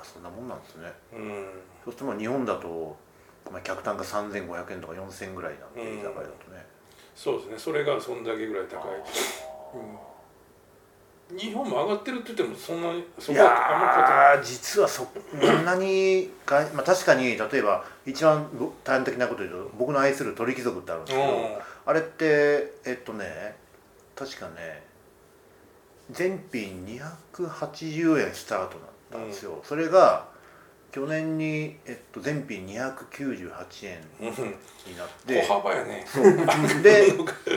Speaker 1: あそんなもんなんですね
Speaker 2: うんうん
Speaker 1: そうするとまあ日本だとまあ客単価3500円とか4000円ぐらいなんで
Speaker 2: うん
Speaker 1: 居酒屋だとね
Speaker 2: そうですねそれがそんだけぐらい高い、うん日本も上がってるって言ってもそんなにそ
Speaker 1: い
Speaker 2: こはあんま変わってない
Speaker 1: やー実はそそんなにが、まあ、確かに例えば一番ご大変的なこと言うと僕の愛する鳥貴族ってあるんですけど、あれってえっとね確かね全品280円スタートだったんですよ、それが去年に、えっと、全品298円
Speaker 2: うんうん
Speaker 1: になって
Speaker 2: 小幅やね
Speaker 1: そうで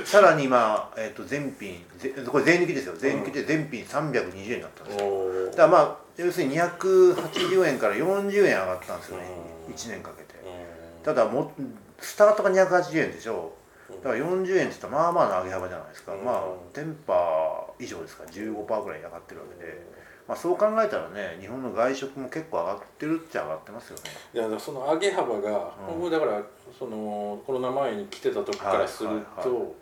Speaker 1: さらに今、えっと、全品ぜこれ税抜きですよ税抜きで全品320円だったんですよ
Speaker 2: お
Speaker 1: だからまあ要するに280円から40円上がったんですよね
Speaker 2: うん
Speaker 1: 1年かけてただもスタートが280円でしょだから40円って言ったらまあまあな上げ幅じゃないですか、
Speaker 2: うん
Speaker 1: まあ電波以上ですから15%ぐらい上がってるわけで、まあ、そう考えたらね日本の外食も結構上がってるっちゃ上がってますよね
Speaker 2: いやだからその上げ幅が、
Speaker 1: うん
Speaker 2: 僕だからそのコロナ前に来てた時か
Speaker 1: は
Speaker 2: ら
Speaker 1: い
Speaker 2: する
Speaker 1: はいは
Speaker 2: と、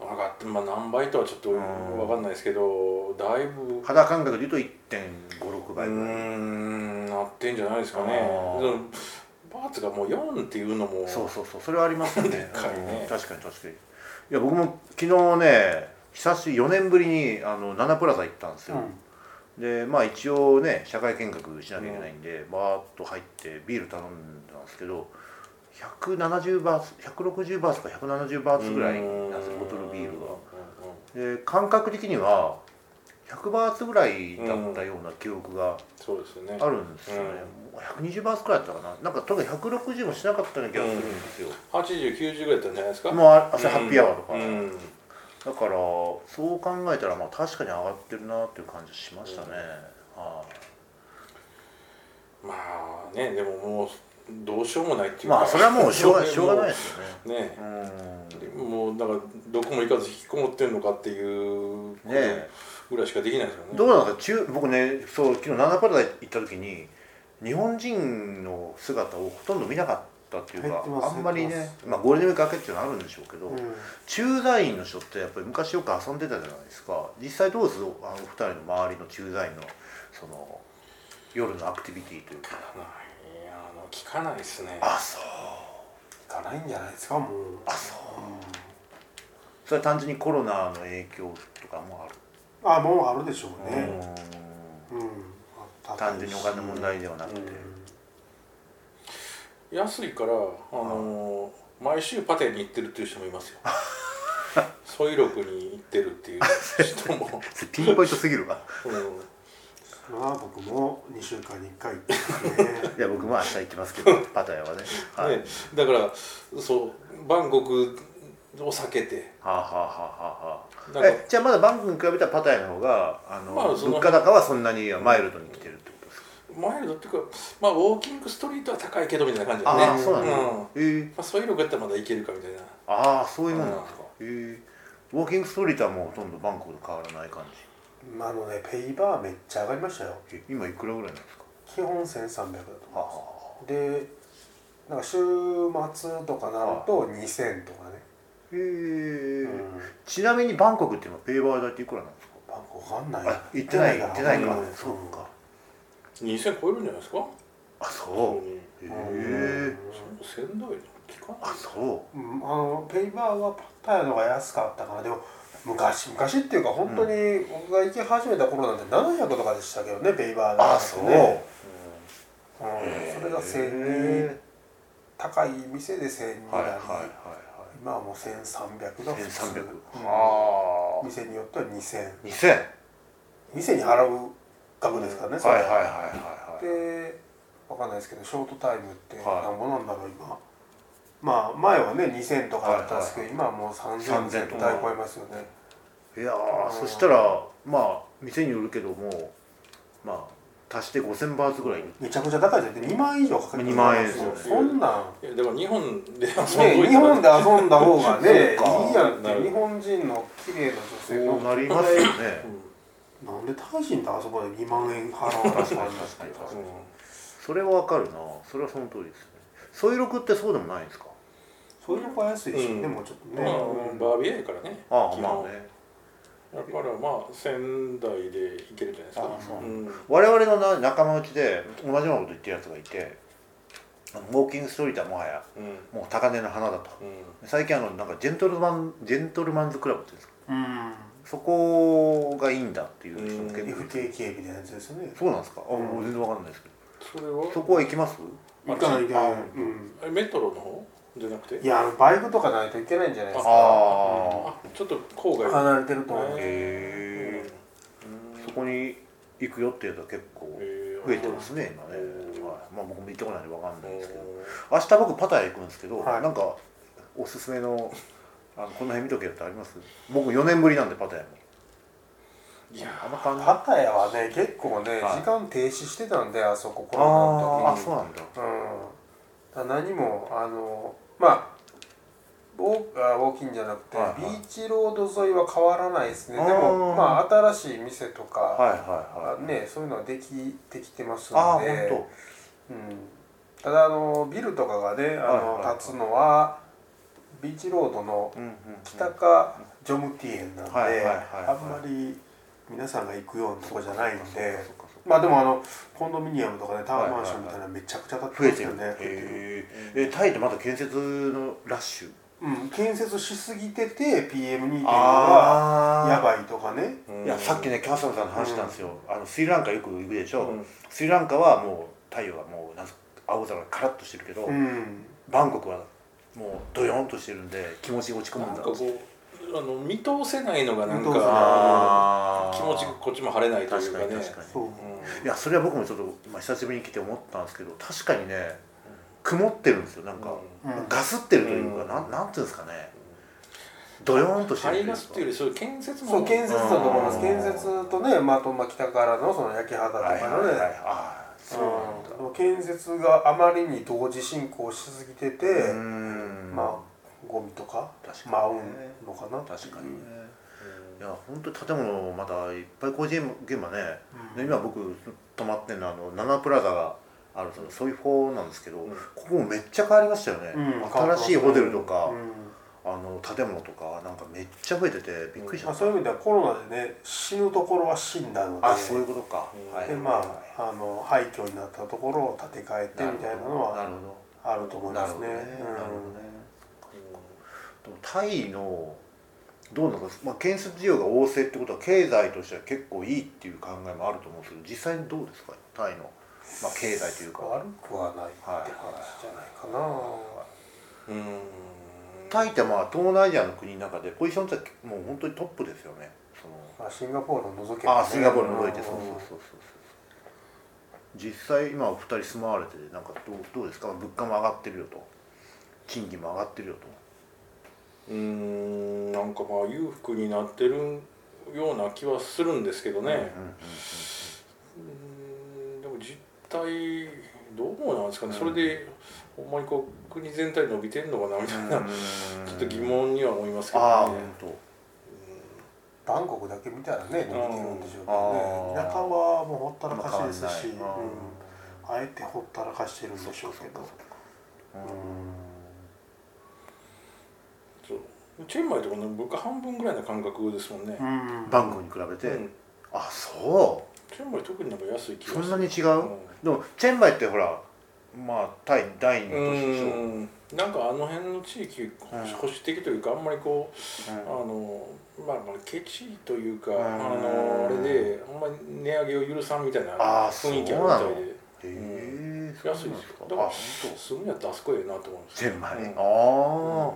Speaker 2: 上がってまあ何倍とはちょっと
Speaker 1: うん
Speaker 2: 分かんないですけどだいぶ
Speaker 1: 肌感覚で言うと1.56
Speaker 2: うー
Speaker 1: 倍ぐらい、
Speaker 2: んなってんじゃないですかね
Speaker 1: あー
Speaker 2: でもバーツがもう4っていうのも
Speaker 1: そうそうそうそれはありますよね
Speaker 2: でっかいね
Speaker 1: うん確かに確かにいや僕も昨日ね久し4年ぶりにあの7プラザ行ったんですよ、でまあ一応ね社会見学しなきゃいけないんで、バーッと入ってビール頼んだんですけど170バーツ160バーツか170バーツぐらいなんですよボトルビールが
Speaker 2: が
Speaker 1: で感覚的には100バーツぐらいだったような記憶が
Speaker 2: そうですよね
Speaker 1: あるんですよね、もう120バーツくらいだったかななんかとにかく160もしなかったような気がするんですよ、
Speaker 2: 8090ぐらいだったんじゃないですか
Speaker 1: もうあ朝ハッピーアワーとか、
Speaker 2: うんうん
Speaker 1: だからそう考えたらまあ確かに上がってるなっていう感じしましたね、はい
Speaker 2: まあねでももうどうしようもないっていうか
Speaker 1: まあそれはもうし ょうがしょうがない
Speaker 2: い
Speaker 1: ですよね
Speaker 2: ね
Speaker 1: う
Speaker 2: もうだからどこも行かず引きこもってんのかっていうこ
Speaker 1: ね
Speaker 2: と
Speaker 1: え
Speaker 2: ぐらいしかできないですよね
Speaker 1: んどうなんですか中僕ねそう昨日ナナパラダイ行った時に日本人の姿をほとんど見なかったっていう
Speaker 3: 減
Speaker 1: か
Speaker 3: ってます
Speaker 1: あんまり
Speaker 3: 減っ
Speaker 1: ね
Speaker 3: て
Speaker 1: まあゴールデンウィーク明けっていうのはあるんでしょうけど、
Speaker 3: うんうん
Speaker 1: 駐在員の人ってやっぱり昔よく遊んでたじゃないですか実際どうですあのお二人の周りの駐在員のその夜のアクティビティというか
Speaker 2: いやあの聞かないですね
Speaker 1: あそう
Speaker 3: 行かないんじゃないですかもう
Speaker 1: あそうそれは単純にコロナの影響とかもある
Speaker 3: あもうあるでしょう
Speaker 1: う
Speaker 3: ね
Speaker 1: ん
Speaker 3: うんあった
Speaker 1: 単純にお金の問題ではなくて、
Speaker 2: 安いからあのー毎週パテに行ってるっていう人もい ますよソイロクに行ってるっていう人 も、
Speaker 1: ピンポイントすぎるわ
Speaker 2: うん
Speaker 3: うんまあ僕も2週間に1回行ってますね
Speaker 1: いや僕も明日行きますけどパタヤはねはい、
Speaker 2: ね、だからそうバンコクを避けて
Speaker 1: はあ、はあはあ
Speaker 2: な
Speaker 1: はあ
Speaker 2: んか、
Speaker 1: えじゃあまだバンクに比べたらパタヤの方があの、
Speaker 2: まあその
Speaker 1: 物価高はそんなにマイルドに来てるってことですか、
Speaker 2: マイルドっていうか、まあ、ウォーキングストリートは高いけどみたいな感じだね
Speaker 1: ああそうなんだ、
Speaker 2: うんま
Speaker 1: えー
Speaker 2: あ、ソイロクやったらまだ行けるかみたいな
Speaker 1: ああそういうもんなんですか、えーウォーキングストリートはもうほとんどバンコクと変わらない感
Speaker 3: まああのねペイバーめっちゃ上がりましたよ
Speaker 1: じえ今いくらぐらいなんですか
Speaker 3: 基本1300だと思い
Speaker 1: はあは
Speaker 3: ますでなんか週末とかなると2000とかね、
Speaker 1: あへえ
Speaker 3: う
Speaker 1: ー
Speaker 3: ん、
Speaker 1: ちなみにバンコクって今ペイバー代っていくらなんですか
Speaker 3: バンコクわかんない
Speaker 1: あ行ってない行
Speaker 3: か
Speaker 1: っ
Speaker 3: ら
Speaker 1: てないか、
Speaker 3: うん
Speaker 1: そうか
Speaker 2: 2000超えるんじゃないですか
Speaker 1: あそう
Speaker 2: うん
Speaker 1: へえ
Speaker 3: うん
Speaker 2: 仙台の期間
Speaker 1: あそう
Speaker 3: うんあのペイバーはパッタヤの方が安かったからでも昔昔っていうか本当に僕が行き始めた頃なんて700とかでしたけどねペイバー
Speaker 1: あ
Speaker 3: なん
Speaker 1: あ
Speaker 3: て
Speaker 1: そう、
Speaker 3: ね
Speaker 1: へ
Speaker 3: う
Speaker 1: ー
Speaker 3: ん、それが1000高い店で1000
Speaker 1: はいはい
Speaker 3: なり、
Speaker 1: はい
Speaker 3: 今はもう1300
Speaker 1: は
Speaker 3: が
Speaker 1: い
Speaker 3: 普
Speaker 1: 1300
Speaker 3: 通、
Speaker 1: はあ
Speaker 3: 店によっては2000
Speaker 1: 2000はい
Speaker 3: 店に払う額ですからね、それ
Speaker 1: はいはいはいはい
Speaker 3: でわかんないですけどショートタイムって
Speaker 1: はい
Speaker 3: なんぼなんだろう今、まあ前はね2000とかだったんですけど、今はもう3000
Speaker 1: 3000
Speaker 3: 絶対超えますよね
Speaker 1: いやーそしたらまあ店によるけどもまあ足して5000バーツぐらい
Speaker 3: めちゃくちゃ高いじゃん2万以上かかる
Speaker 1: 2万円ですよね
Speaker 3: そんなん
Speaker 2: いやでも日本で遊
Speaker 3: ね、日本で遊んだ方が ね
Speaker 1: そうか
Speaker 3: いいやんって
Speaker 2: なる
Speaker 3: 日本人の綺麗な女性
Speaker 1: そう
Speaker 3: の
Speaker 1: なりますよね
Speaker 3: なんでタイ人と遊ばで2万円払わなきゃいけないんだっていう
Speaker 1: 確かにそれはわかるなそれはその通りですねソイロクってそうでもないんですか
Speaker 3: そういうのが安いし、
Speaker 2: うん
Speaker 3: でもちょっ
Speaker 2: ま
Speaker 3: とね、
Speaker 2: あバービーやからね
Speaker 1: ああ
Speaker 2: 基
Speaker 1: ま
Speaker 2: 本
Speaker 1: あね
Speaker 2: だからまあ仙台で行けるんじゃないですか
Speaker 3: あそう
Speaker 2: うん
Speaker 1: 我々のな仲間内で同じようなこと言ってるやつがいてあのウォーキングストリートはもはや
Speaker 2: うん
Speaker 1: もう高値の花だと
Speaker 2: うん
Speaker 1: 最近あのなんかジェントルマンジェントルマンズクラブっていうんですか
Speaker 3: うん
Speaker 1: そこがいいんだっていう人も結構いて
Speaker 3: FK 警備みたいなやつですよね
Speaker 1: そうなんですかあもう全然わかんないですけ
Speaker 2: それ
Speaker 1: どそ
Speaker 2: は
Speaker 1: こは行きます
Speaker 3: 行かないといけない、うん、
Speaker 2: えメトロの方じゃなくて
Speaker 3: いやあのバイクとかないといけないんじゃないですか
Speaker 1: ああ
Speaker 2: あちょっと郊外
Speaker 3: 離れてると思う、
Speaker 1: へえそこに行くよっていうと結構増えてますね今ね
Speaker 2: うん
Speaker 1: はいまあ僕も行ってこないんでわかんないですけど
Speaker 2: う
Speaker 1: 明日僕パタヤ行くんですけど、
Speaker 3: はい
Speaker 1: なんかおすすめのあのこの辺見とけよってあります僕4年ぶりなんでパタヤも
Speaker 2: んいや
Speaker 1: あの感じあ
Speaker 3: パタヤはね結構ね、
Speaker 1: はい
Speaker 3: 時間停止してたんであそこコロナ
Speaker 1: あ
Speaker 3: の
Speaker 1: あ
Speaker 3: 時
Speaker 1: そうなんだ
Speaker 3: にうんだから何もあのまあウォーあウォーキングじゃなくて、
Speaker 1: はいはい
Speaker 3: ビーチロード沿いは変わらないですねで
Speaker 1: あー
Speaker 3: もまあ新しい店とか、
Speaker 1: はいはいはい
Speaker 3: ねそういうのはできてきてますんで
Speaker 1: ああ本
Speaker 3: うん、ただあのビルとかがねあの、
Speaker 1: はいはいはい
Speaker 3: 立つのはビーチロードの
Speaker 1: 当うんうん
Speaker 3: 北かジョムティエンなんで、
Speaker 1: はいはいはいはい
Speaker 3: あんまり皆さんが行くようなとこじゃないんで
Speaker 1: そっかそっか
Speaker 3: まあでもあのコンドミニアムとかねタワーマンションみたい
Speaker 1: は
Speaker 3: なめちゃくちゃ建って
Speaker 1: 増え
Speaker 3: ま
Speaker 1: て
Speaker 3: すよ
Speaker 1: る
Speaker 3: ね、
Speaker 1: へええタイってまだ建設のラッシュ
Speaker 3: うん、建設しすぎてて PM2.5 がや
Speaker 1: あ
Speaker 3: ばいとかね
Speaker 1: あいやさっきねキャサムさんの話したんですよ、あのスリランカよく行くでしょ、
Speaker 2: うん
Speaker 1: スリランカはもう太陽がもうなんか青空がカラッとしてるけど、
Speaker 3: うん
Speaker 1: バンコクはもうドヨーンとしてるんで気持ち落ち込む
Speaker 2: なんん
Speaker 1: だ
Speaker 2: かこうあの見通せないのがなん
Speaker 3: 見通せない
Speaker 2: か
Speaker 1: あー
Speaker 2: 気持ちこっちも晴れないという
Speaker 1: 確
Speaker 2: か
Speaker 1: か
Speaker 2: ね
Speaker 1: に確かに
Speaker 3: そう
Speaker 1: いやそれは僕もちょっと、まあ、久しぶりに来て思ったんですけど確かにね曇ってるんですよなんか、
Speaker 3: うん
Speaker 1: ガスってるというか、
Speaker 2: うん
Speaker 1: なんなんていうんですかねドヨーンとしてるとい
Speaker 2: タ
Speaker 1: う
Speaker 2: イ
Speaker 1: か
Speaker 2: ガスっていうよりそういう建設の
Speaker 3: そう建設だと思います
Speaker 1: うん
Speaker 3: 建設とね、まあ、あとまあ北からのその焼き肌とかの
Speaker 1: は
Speaker 3: ね、
Speaker 1: いはいはいはいあーそうなんだ
Speaker 3: うんでも建設があまりに同時進行しすぎてて、
Speaker 1: うーん
Speaker 3: まあゴミとか
Speaker 1: 確か
Speaker 3: 舞
Speaker 1: に
Speaker 3: う
Speaker 1: ね
Speaker 3: のかな
Speaker 1: 確かにねいや本当に建物まだいっぱい工事現場ね、で今僕泊まってんのはあのナナプラザがあるそのソイフォーなんですけど、
Speaker 2: うん
Speaker 1: ここもめっちゃ変わりましたよね、
Speaker 3: うん
Speaker 1: 新しいホテルとか、
Speaker 3: うん
Speaker 1: あの建物とかなんかめっちゃ増えててびっくりしち
Speaker 3: ま
Speaker 1: ゃ
Speaker 3: あ、
Speaker 1: った、
Speaker 3: そういう意味ではコロナでね死ぬところは死んだので
Speaker 1: あそういうことか、
Speaker 2: うん
Speaker 1: はい
Speaker 3: でまああの廃墟になったところを建て替えてみたいなの
Speaker 1: な
Speaker 3: は
Speaker 1: るほ
Speaker 3: あると思
Speaker 1: ど
Speaker 3: い
Speaker 1: な
Speaker 3: ま
Speaker 1: る
Speaker 3: す
Speaker 1: ほど
Speaker 3: ね
Speaker 1: ね、なるほどねでもタイのどうなんですか、まあ、建設需要が旺盛ってことは経済としては結構いいっていう考えもあると思うんですけど実際にどうですかタイの、まあ、経済というか
Speaker 3: うん悪くはないって感じじゃないかな、
Speaker 2: うんうん
Speaker 1: タイってまあ東南アジアの国の中でポジションってもう本当にトップですよねその
Speaker 3: まあ、シンガポールを除けばね、
Speaker 1: あシンガポールの除いて
Speaker 3: うん
Speaker 1: そうそうそうそう実際今お二人住まわれてなんかどうどうですか物価も上がってるよと賃金も上がってるよ
Speaker 2: うーんなんかまあ裕福になってるような気はするんですけど
Speaker 1: と
Speaker 2: ね、
Speaker 1: うんうんうん
Speaker 2: うーんでも実態どうなんですかね、それでほんまにこう国全体伸びてんのかなみたいな、
Speaker 1: うん
Speaker 2: ちょっと疑問には思いますけどね
Speaker 1: ああ本当
Speaker 3: バンコクだけ見たらね伸びてるんでしょう
Speaker 1: うん
Speaker 3: けどね田舎はもうほったらかしですし、
Speaker 1: あんま変わんない
Speaker 3: うんあえてほったらかしてるんでしょうけど
Speaker 1: そっかうん
Speaker 2: そうチェンマイとかの物価半分ぐらいな感覚ですもんね、
Speaker 3: うん
Speaker 1: バンコクに比べて、
Speaker 2: うん
Speaker 1: あそ
Speaker 2: チェンマイ特になんか安い気
Speaker 1: う
Speaker 2: がす
Speaker 1: そん
Speaker 2: る
Speaker 1: なに違う、
Speaker 2: うん
Speaker 1: でもチェンマイってほらまあタイ第二の都市でしょ、
Speaker 2: うんなんかあの辺の地域保守保守的というかあんまりこうあのまあまあケチというかあ
Speaker 1: うん
Speaker 2: のあれであんまり値上げを許さんみたいな
Speaker 1: あー
Speaker 2: 雰囲気あるみた
Speaker 1: そうないの
Speaker 2: で
Speaker 1: へえそう
Speaker 2: 安い
Speaker 1: なん
Speaker 2: で
Speaker 1: ですす
Speaker 2: よ
Speaker 1: か
Speaker 2: だから
Speaker 1: あ本
Speaker 2: するんやったらあそこええなと思いま
Speaker 1: 当
Speaker 2: す
Speaker 1: チェンマイ、
Speaker 2: うん
Speaker 1: ああ、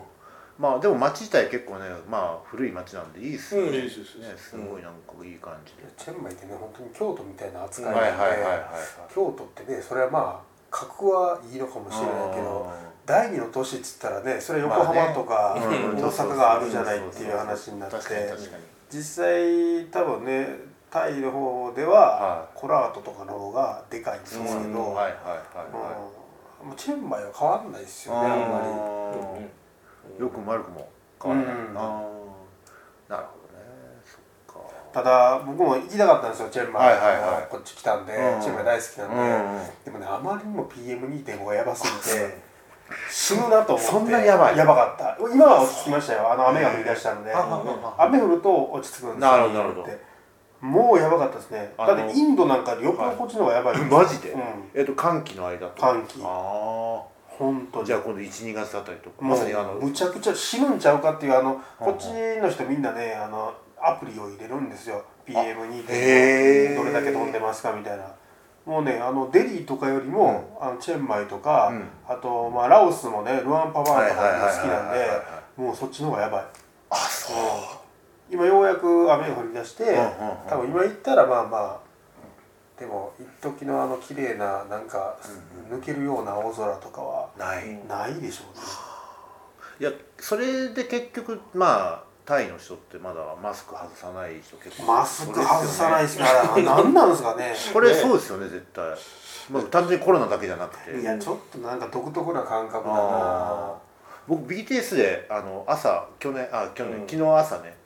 Speaker 1: まあでも町自体結構ねまあ古い町なんでいいっすよね,、
Speaker 2: うんいいですいいです
Speaker 1: ねすごいなんかいい感じで、
Speaker 3: チェンマイってね本当に京都みたいな扱
Speaker 2: う
Speaker 3: い
Speaker 2: ん
Speaker 3: な
Speaker 2: は
Speaker 3: んで、京都ってねそれはまあ格はいいのかもしれないけど第二の都市っつったらねそれ横浜とか
Speaker 1: あーうん
Speaker 3: 大阪があるじゃないっていう話になって
Speaker 1: 確かに確かに
Speaker 3: 実際多分ねタイの方では
Speaker 1: は
Speaker 3: コラートとかの方がでかいんですけど、
Speaker 1: う
Speaker 3: うんん
Speaker 1: はいはいはいは
Speaker 3: もうチェンマイは変わんないです
Speaker 1: い
Speaker 3: よねあんまり。
Speaker 1: あーよくも悪くも変わらない
Speaker 3: うん
Speaker 1: なあーなるほどねそっか
Speaker 3: ただ僕も行きたかったんですよチェンマイ、
Speaker 1: はいはいはい
Speaker 3: こっち来たんで、
Speaker 1: うん
Speaker 3: チェンマイ大好きなんで、
Speaker 1: うんうん
Speaker 3: でもねあまりにも PM2.5 がやばすぎて死ぬなと思って
Speaker 1: そんなやばい
Speaker 3: やばかった今は落ち着きましたよあの雨が降り出したので
Speaker 1: あああ
Speaker 3: 雨降ると落ち着くんですよ
Speaker 1: なるほどなるほど
Speaker 3: ってもうやばかったですね
Speaker 1: あの
Speaker 3: だってインドなんかよっぽどこっちの方がやばい
Speaker 1: あ マジで、
Speaker 3: うん
Speaker 1: えっと寒気の間と
Speaker 3: 寒気
Speaker 1: あ
Speaker 3: 本当
Speaker 1: あ
Speaker 3: に
Speaker 1: じゃあ今度12月あたりとか
Speaker 3: も
Speaker 1: ま
Speaker 3: う
Speaker 1: さにあの
Speaker 3: むちゃくちゃ死ぬんちゃうかっていうあ
Speaker 1: う
Speaker 3: の
Speaker 1: んう
Speaker 3: こ
Speaker 1: ん
Speaker 3: っちの人みんなねあのアプリを入れるんですよ
Speaker 1: へー
Speaker 3: PM2.5 どれだけ飛んでますかみたいなもうねあのデリーとかよりも、あのチェンマイとか、
Speaker 1: うん
Speaker 3: あと、まあ、ラオスもねルアンパワーとか
Speaker 1: はいはいはいはい
Speaker 3: が好きなん
Speaker 1: はい
Speaker 3: で
Speaker 1: はいは
Speaker 3: もうそっちの方がやばい
Speaker 1: あそう
Speaker 3: 今ようやく雨が降り出して、
Speaker 1: んうんうん
Speaker 3: 多分今行ったらまあまあでも一時のあの綺麗ななんか抜けるような青空とかは
Speaker 1: ない、
Speaker 2: うん
Speaker 3: ないでしょうね、
Speaker 1: いやそれで結局まあタイの人ってまだマスク外さない人結構
Speaker 3: マスク外さないい ですから、何なんですかね。
Speaker 1: これ
Speaker 2: ね
Speaker 1: そうですよね絶対、まあ、単純にコロナだけじゃなくて
Speaker 3: いや、ちょっとなんか独特な感覚だ
Speaker 1: あ
Speaker 3: な。
Speaker 1: 僕 BTS であの朝去年あ去年、
Speaker 2: うん
Speaker 1: 昨日朝ね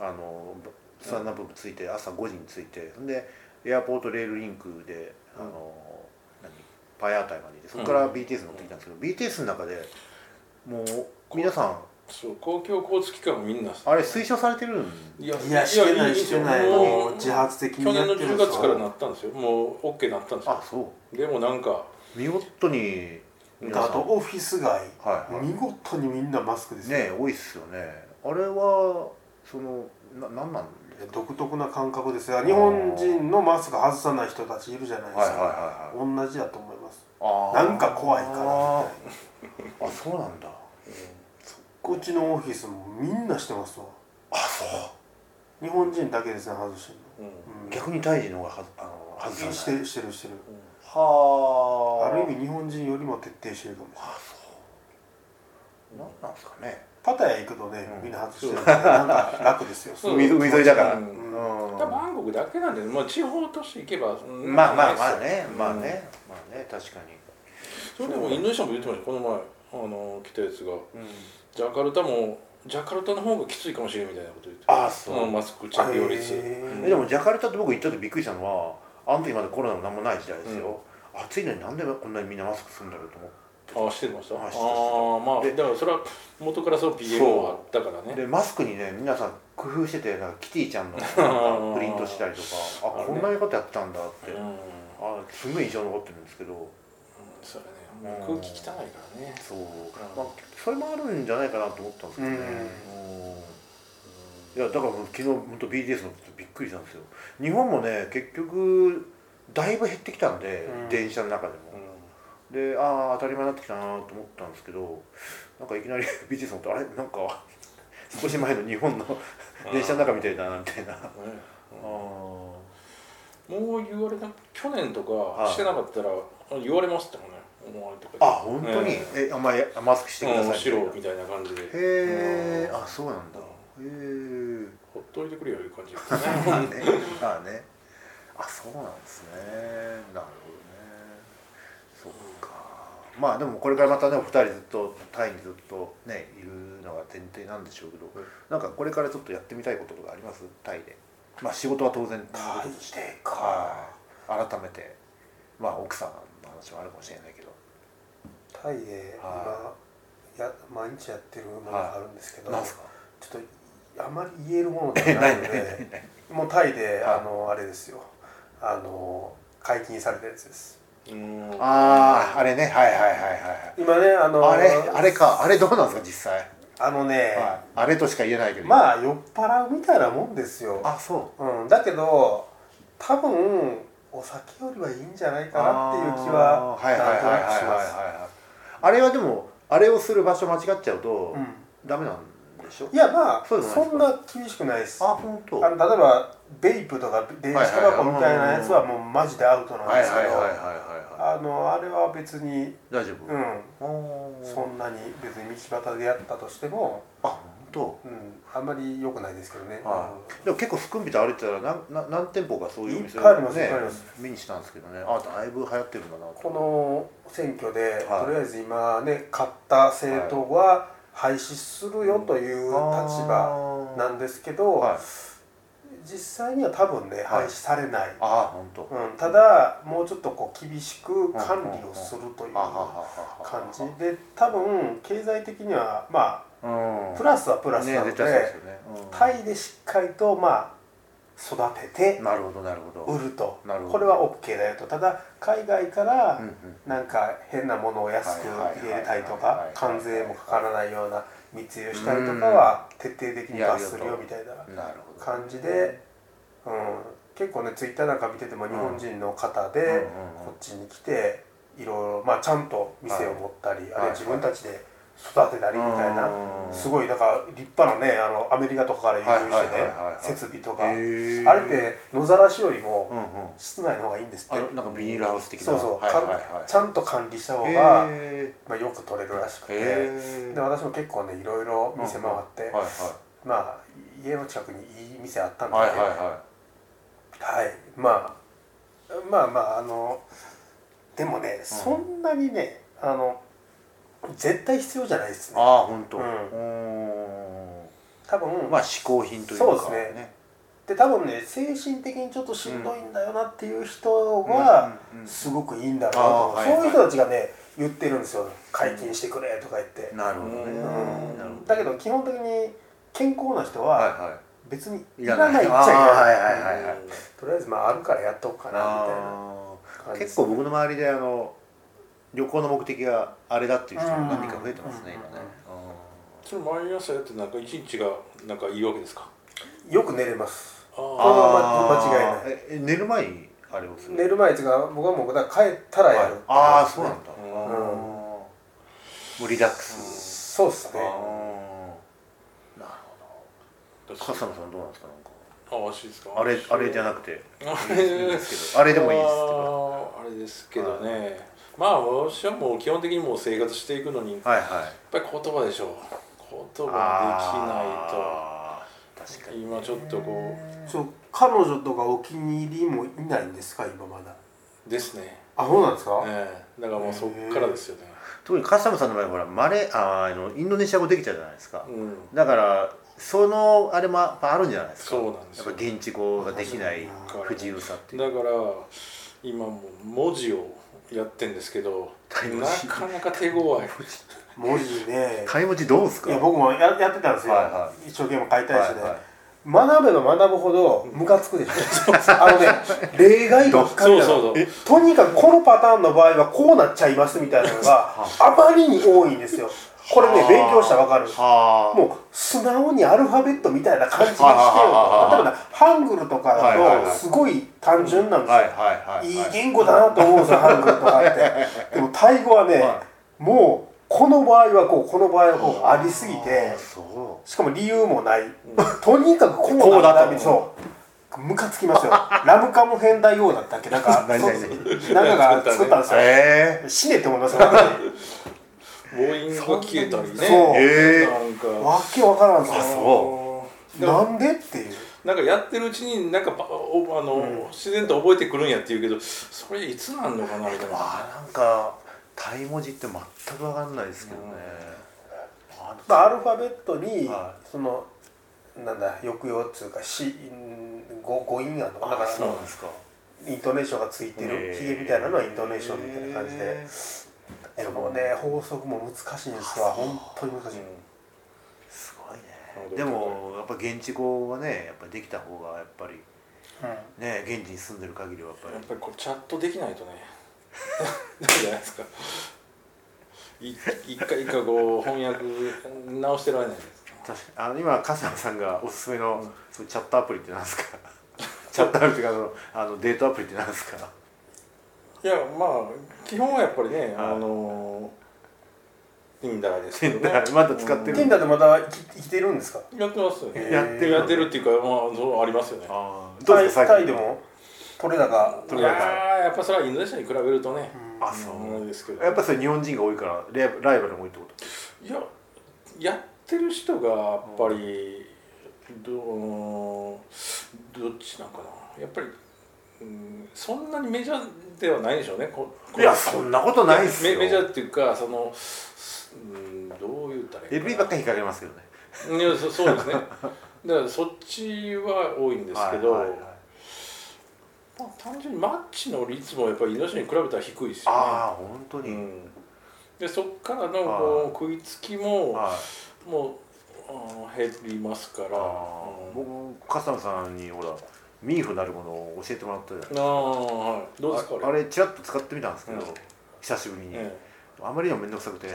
Speaker 1: あのサンナブブ着いて朝5時に着いてでエアポートレールリンクであの、何パイアータイまで行ってそこから
Speaker 2: うん
Speaker 1: BTS 乗ってきたんですけど、BTS の中でもう皆さん
Speaker 2: そう公共交通機関みんな
Speaker 1: あれ推奨されてるん
Speaker 2: いや
Speaker 3: いや、してない、してない、もう自
Speaker 2: 去
Speaker 3: 発的にや
Speaker 2: 年の
Speaker 3: って
Speaker 2: 10
Speaker 3: るんです
Speaker 2: 月からなったんですよもう OK なったんです
Speaker 1: あ
Speaker 2: よ
Speaker 1: そう
Speaker 2: でもなんか
Speaker 1: 見事に皆
Speaker 3: あ
Speaker 1: さ
Speaker 3: と、
Speaker 1: ん
Speaker 3: オフィス街、
Speaker 1: はいはい
Speaker 3: 見事にみんなマスクですよ
Speaker 1: ね多いっすよねあれはそのななんなん
Speaker 3: いや独特な感覚ですよ。日本人のマスク外さない人たちいるじゃないです
Speaker 1: はいはい
Speaker 3: か。
Speaker 1: はい
Speaker 3: 同じだと思います。
Speaker 1: あー
Speaker 3: なんか怖いからみ
Speaker 1: あそうなんだ
Speaker 3: こっちのオフィスもみんなしてますわ。
Speaker 1: あそ
Speaker 3: 日本人だけですね、外してる
Speaker 2: うん
Speaker 1: う
Speaker 3: の。
Speaker 1: 逆に胎児の方がはあの
Speaker 3: うん。
Speaker 1: 外
Speaker 3: し
Speaker 1: さ
Speaker 3: て
Speaker 1: ない
Speaker 3: る、してる、してる。
Speaker 1: は
Speaker 3: あ
Speaker 1: あ
Speaker 3: る意味日本人よりも徹底してるかもしれない
Speaker 1: あそうなんなんですかね
Speaker 3: パタヤ行くとね、
Speaker 1: うん
Speaker 3: みんな外してるんでなんか楽ですよ
Speaker 2: そ う
Speaker 1: 海沿い海沿いだから
Speaker 2: う
Speaker 3: うんん
Speaker 1: うん
Speaker 2: 多分韓国だけなんで、まあ、地方都市行けば
Speaker 1: まあまあまあ
Speaker 2: ね
Speaker 1: ね
Speaker 2: うん
Speaker 1: まあねまあね確かに
Speaker 2: それでもインドネシアも言ってましたこの前あの来たやつが
Speaker 1: うん
Speaker 2: ジャカルタもジャカルタの方がきついかもしれんみたいなこと言って
Speaker 1: あそう
Speaker 2: マスク着用率
Speaker 3: へー
Speaker 1: えでもジャカルタって僕行った時びっくりしたのはあの時まだコロナもなんもない時代ですよ、暑いのになんでこんなにみんなマスクするんだろうと思
Speaker 2: ああしてましたあ
Speaker 1: あ
Speaker 2: あ
Speaker 1: してたして
Speaker 2: ーまあ
Speaker 1: で
Speaker 2: だからそれは元からそう PM
Speaker 1: そう
Speaker 2: があったから
Speaker 1: って
Speaker 2: ね
Speaker 1: でマスクにね皆さん工夫しててなんかキティちゃんのなん かプリントしたりとかあ
Speaker 2: あれね
Speaker 1: こんなやり方やってたんだって、
Speaker 2: うん
Speaker 1: あすごい印象に残ってるんですけど
Speaker 2: それね
Speaker 1: う
Speaker 2: も
Speaker 1: ん
Speaker 2: う空気汚いからね
Speaker 1: そう、まあ、それもあるんじゃないかなと思ったんですけどね、うんいやだからもう昨日本当 BTS のことびっくりしたんですよ日本もね結局だいぶ減ってきたんで、
Speaker 3: うん
Speaker 1: 電車の中でも、
Speaker 2: う
Speaker 1: でああ当たり前になってきたなと思ったんですけどなんかいきなり BTS のことあれなんか少し前の日本の電車の中みたいだなみたいなあ
Speaker 2: んね
Speaker 1: ー
Speaker 2: もう言われな去年と
Speaker 1: は
Speaker 2: か
Speaker 1: い
Speaker 2: してなかったらあ言われましたもんねお前とか
Speaker 1: あ本当に
Speaker 2: ね
Speaker 1: えあんまりマスクしてくだ
Speaker 2: うん
Speaker 1: さい
Speaker 2: しろ
Speaker 1: み
Speaker 2: み
Speaker 1: たい
Speaker 2: たいな感じで
Speaker 1: なへえ
Speaker 2: うん
Speaker 1: あそうなんだへえ
Speaker 2: ほっといてくれよいう感じですね
Speaker 1: まあねまあねあそうなんですねなるほどねそっかまあでもこれからまたねお二人ずっとタイにずっとねいるのが前提なんでしょうけど、
Speaker 2: うん
Speaker 1: なんかこれからちょっとやってみたいこととかありますタイでまあ仕事は当然
Speaker 3: タイでか
Speaker 1: はい改めてまあ奥さんの話もあるかもしれないけど
Speaker 3: タイで今
Speaker 1: は
Speaker 3: や毎日やってるものがあるんですけど、
Speaker 1: なんすか
Speaker 3: ちょっとあまり言えるもので はないので もうタイであのあれですよあの解禁されたやつです
Speaker 2: うん
Speaker 1: あああれねはいはいはいはい
Speaker 3: 今ねあの
Speaker 1: あれあれかあれどうなんですか実際、
Speaker 3: あのね、
Speaker 1: はい、あれとしか言えないけど
Speaker 3: まあ酔っ払うみたいなもんですよ
Speaker 1: あそう
Speaker 3: うん、だけど多分お酒よりはいいんじゃないかなっていう気は
Speaker 1: あーはいはいはいはい
Speaker 3: なんとなくし
Speaker 1: はい
Speaker 3: ます
Speaker 1: はいはいあれはでもあれをする場所間違っちゃうと、
Speaker 3: うん
Speaker 1: ダメなんでしょ
Speaker 3: いやまあ
Speaker 1: そう
Speaker 3: そ
Speaker 1: でもない
Speaker 3: んな厳しくないです
Speaker 1: あ
Speaker 3: あ
Speaker 1: 本当
Speaker 3: の例えばベイプとか電子タバコみたいなやつは
Speaker 1: はいはいはい
Speaker 3: もうマジでアウトなん
Speaker 1: はいはい
Speaker 3: で
Speaker 1: はい
Speaker 3: すけど
Speaker 1: はいは
Speaker 3: あのあれは別に
Speaker 1: い大丈夫
Speaker 3: うん
Speaker 1: おー
Speaker 3: そんなに別に道端でやったとしても
Speaker 1: あと
Speaker 3: うん、あんまり良くないですけどね、
Speaker 1: はでも結構すくんびと歩いてたらなんな何店舗かそういうお店
Speaker 3: いっぱいありますいっ
Speaker 1: ね
Speaker 3: ぱいあります
Speaker 1: 目にしたんですけどねあだいぶ流行ってるんだなと
Speaker 3: この選挙で、
Speaker 1: はい
Speaker 3: とりあえず今ね買った政党は廃止するよという立場
Speaker 1: あー
Speaker 3: なんですけど、
Speaker 1: はい、
Speaker 3: 実際には多分ね廃止されない、
Speaker 1: ああ本当、
Speaker 3: うん、ただもうちょっとこう厳しく管理をするという
Speaker 1: あはは
Speaker 3: 感
Speaker 1: は
Speaker 3: じで多分経済的にはま
Speaker 1: は
Speaker 3: あ
Speaker 1: うん
Speaker 3: プラスはプラスな
Speaker 1: ね
Speaker 3: の
Speaker 1: 絶
Speaker 3: で、
Speaker 1: 対そうですよね、うん
Speaker 3: タイでしっかりとまあ育てて
Speaker 1: なるほどなるほど
Speaker 3: 売ると
Speaker 1: なるほど
Speaker 3: これは OK だよとただ海外から、
Speaker 1: うんうん
Speaker 3: なんか変なものを安く入れたりと
Speaker 1: はいはいはい
Speaker 3: か
Speaker 1: はい
Speaker 3: 関税もかからないような密輸したりとかは徹底的に罰するよみたいな
Speaker 1: なるほど
Speaker 3: 感じで、うん、結構ねツイッターなんか見てても日本人の方
Speaker 1: うんうん
Speaker 3: で
Speaker 1: うん
Speaker 3: こっちに来ていろいろまあちゃんと店を持ったり
Speaker 1: はい
Speaker 3: あれ自分たちで育てたりみたいな
Speaker 1: うん
Speaker 3: すごいだから立派なねあのアメリカとかから輸入して
Speaker 1: はい
Speaker 3: ね
Speaker 1: はいはいはいはい
Speaker 3: 設備とかあ
Speaker 1: へー
Speaker 3: れって野ざらしより
Speaker 1: うん
Speaker 3: も
Speaker 1: うん
Speaker 3: 室内の方がいいんですっ
Speaker 1: あ
Speaker 3: て
Speaker 1: の。なんかビニールハウス的な
Speaker 3: そうそう、
Speaker 1: はいはいはい
Speaker 3: かんちゃんと管理した方
Speaker 1: へ
Speaker 3: が、
Speaker 1: え
Speaker 3: まあ、よく取れるらしくて、
Speaker 1: へえ
Speaker 3: で私も結構ねいろいろ店回って、
Speaker 1: はいは
Speaker 3: まあ家の近くにいい店あったん
Speaker 1: い
Speaker 3: で、
Speaker 1: はいはいは
Speaker 3: はいまあまあまああのでもね、そんなにねあの絶対必要じゃないです
Speaker 1: い
Speaker 3: ね
Speaker 1: ああ本当
Speaker 3: うん
Speaker 1: ん
Speaker 3: 多分、
Speaker 1: まあ嗜好品というか
Speaker 3: そうですで多分ね精神的にちょっとしんどいんだよなっていう人は、
Speaker 1: うんうんうん
Speaker 3: すごくいいんだろうな
Speaker 1: あー
Speaker 3: と、そう
Speaker 1: はい
Speaker 3: いう人たちがね言ってるんですよ解禁してくれとか言って、
Speaker 1: なるほどね
Speaker 2: うん
Speaker 1: なるほど
Speaker 3: だけど基本的に健康な人
Speaker 1: はい
Speaker 3: は
Speaker 1: は
Speaker 3: 別に
Speaker 1: い
Speaker 3: いらないっちゃいけ
Speaker 1: あーはい
Speaker 3: ない
Speaker 1: はいはいはい
Speaker 3: とりあえずまああるからやっとこうかなみたいな
Speaker 1: あー
Speaker 3: 感じで
Speaker 1: 結
Speaker 3: す
Speaker 1: 構僕の周りであの旅行の目的があれだっていう人
Speaker 3: うん
Speaker 1: も何人か増えてますね今ね
Speaker 2: それ毎朝やってなんか一日がなんかいいわけですか
Speaker 3: よく寝れます
Speaker 1: あ
Speaker 2: ああ
Speaker 3: は
Speaker 1: あ
Speaker 3: 間間違い
Speaker 1: ーえ寝る前にあれをする
Speaker 3: 寝る前ですが僕はもうだから帰ったらやる
Speaker 1: ああそうなんだ、
Speaker 2: うん
Speaker 1: あーもうリラックス、
Speaker 3: そうっす
Speaker 1: あ
Speaker 3: ね
Speaker 1: ーなるほど笠野さんどうなんですかなんか
Speaker 2: あわしですか
Speaker 1: あれあれじゃな
Speaker 2: く
Speaker 1: くて
Speaker 2: あ
Speaker 1: いいん
Speaker 2: れ
Speaker 1: ですけどあれでもいいですけど
Speaker 2: あーあれですけどね、まあ私はもう基本的にもう生活していくのにやっ
Speaker 1: はいはい
Speaker 2: ぱり言葉でしょう言葉
Speaker 1: あー確
Speaker 2: でき
Speaker 1: か
Speaker 2: ないと
Speaker 1: に
Speaker 2: 今ちょっとこ
Speaker 3: そう彼女とかお気に入りもいないんですか今まだ
Speaker 2: うですね、
Speaker 3: あそうなんですか、
Speaker 2: ええだからもうそっからですよね、
Speaker 1: 特に笠野さんの場合はほらマレあーあのインドネシア語できちゃうじゃないですか、
Speaker 2: うん
Speaker 1: だからそのあれもやっぱあるんじゃないですか
Speaker 2: そうなんですよ
Speaker 1: やっぱ現地語ができない
Speaker 2: そうなんだ
Speaker 1: 不自由さっていう
Speaker 2: だから今もう文字をやってんですけど
Speaker 1: タイ文
Speaker 2: な
Speaker 1: 字
Speaker 2: かなか手強い
Speaker 3: 文字ね
Speaker 1: 買い持ちどうです
Speaker 3: い
Speaker 1: か
Speaker 3: や僕もややってたんですよ、
Speaker 1: はいは
Speaker 3: 一生懸命買いたいしね、
Speaker 1: はいはい
Speaker 3: 学べば学ぶほどムカつくでしょあのね例外ばっかりなの
Speaker 2: そうそうそう
Speaker 3: とにかくこのパターンの場合はこうなっちゃいますみたいなのがあまりに多いんですよこれね
Speaker 1: はあ
Speaker 3: 勉強したらわかる
Speaker 1: はあ
Speaker 3: もう素直にアルファベットみたいな感じにしてよと
Speaker 1: はあはあはあ
Speaker 3: 例えばねハングルとか
Speaker 1: はいはい
Speaker 3: だ
Speaker 1: は
Speaker 3: と
Speaker 1: い
Speaker 3: すごい単純なんですよ、
Speaker 1: はいはいはい
Speaker 3: い
Speaker 1: はい
Speaker 3: 言語だなと思うんですよ、ハングルとか って。でもタイ語はね、
Speaker 1: は
Speaker 3: もうこの場合はこう、この場合はこうありすぎて
Speaker 1: あ、そう
Speaker 3: しかも理由もない。とにかくこう
Speaker 1: こう
Speaker 3: なん
Speaker 1: だ
Speaker 3: だ
Speaker 1: と
Speaker 3: みたいな。そう。ムカつきますよ。ラムカム変大王だったっけなん か、
Speaker 1: 何
Speaker 3: そ
Speaker 1: 々
Speaker 3: うなんかが作ったんですよ。
Speaker 1: え
Speaker 3: 死ねって思いますよ。わ
Speaker 2: 母音が消えたりね
Speaker 3: そう
Speaker 1: ええ
Speaker 2: なんか
Speaker 3: けわからんす
Speaker 1: あ
Speaker 3: よ。
Speaker 1: そ
Speaker 3: なんでっていう。
Speaker 2: なんかやってるうちになんかばおあの、自然と覚えてくるんやっていうけどそれいつなんのかなみたいな
Speaker 1: あーなんかタイ文字って全く分かんないですけどね、あ
Speaker 3: まあ、アルファベットに、
Speaker 1: は
Speaker 3: そのなんだ抑揚っつうかしん語語音やのかなだから
Speaker 1: そうなんですか
Speaker 3: イントネーションがついてるひげみたいなのはイントネーションみたいな感じで
Speaker 1: えー
Speaker 3: でもね法則も難しいんですわ本当に難しい、
Speaker 1: すごい
Speaker 2: なるほ
Speaker 1: ね
Speaker 2: ど
Speaker 1: でもやっぱ現地語はねやっぱできた方がやっぱりね現地に住んでる限りはやっぱり
Speaker 2: やっぱりこうチャットできないとね なんじゃないですかい一回一回こう翻訳直してられないです
Speaker 1: 確かにあの今笠野さんがおすすめの、そうチャットアプリって何ですかチャットアプリっていうかあのあのデートアプリって何ですか
Speaker 2: いやまあ基本はやっぱりね
Speaker 1: はい
Speaker 2: あの Tinder ですけどね
Speaker 1: Tinder まだ使って
Speaker 3: う
Speaker 1: る
Speaker 3: ん、ティンダでまた生き生きてるんですか
Speaker 2: やってますよね
Speaker 3: へー
Speaker 1: やってる
Speaker 2: やってるっていうかまあそうありますよね
Speaker 1: あーどう
Speaker 3: タ
Speaker 1: で
Speaker 3: イ
Speaker 1: すか
Speaker 3: タイでも取れ高
Speaker 1: ど
Speaker 2: い
Speaker 1: れ
Speaker 2: や
Speaker 1: だ
Speaker 2: ーやっぱそれはインドネシアに比べるとね、
Speaker 1: あそう
Speaker 2: うんですけど
Speaker 1: やっぱそれ日本人が多いからレライバルも多いってこと
Speaker 2: いややっってる人がやっぱりどどっちなんかなやっぱり、うん、そんなにメジャーではないでしょうねここ
Speaker 1: いやそんなことないっす
Speaker 2: メ
Speaker 1: よ
Speaker 2: メジャーっていうかその、うん、どう言ったらいいかな
Speaker 1: AV ばっかり引っ掛けますけどね
Speaker 2: いやそそうですねだからそっちは多いんですけど、
Speaker 1: はいはいはい
Speaker 2: まあ、単純にマッチの率もやっぱりイノシシに比べたら低いですよね
Speaker 1: ああ本当
Speaker 2: う
Speaker 1: に、
Speaker 2: ん、でそっからのこう食いつきも、
Speaker 1: はい
Speaker 2: もうあー減りますから
Speaker 1: あ
Speaker 2: うん
Speaker 1: ー僕笠野さんにほらミーフなるものを教えてもらったじゃない
Speaker 2: あーはいどうですか
Speaker 1: ああれちらっと使ってみたんですけど、
Speaker 2: うん
Speaker 1: 久しぶりに、
Speaker 2: え
Speaker 1: あまりにも面倒くさく て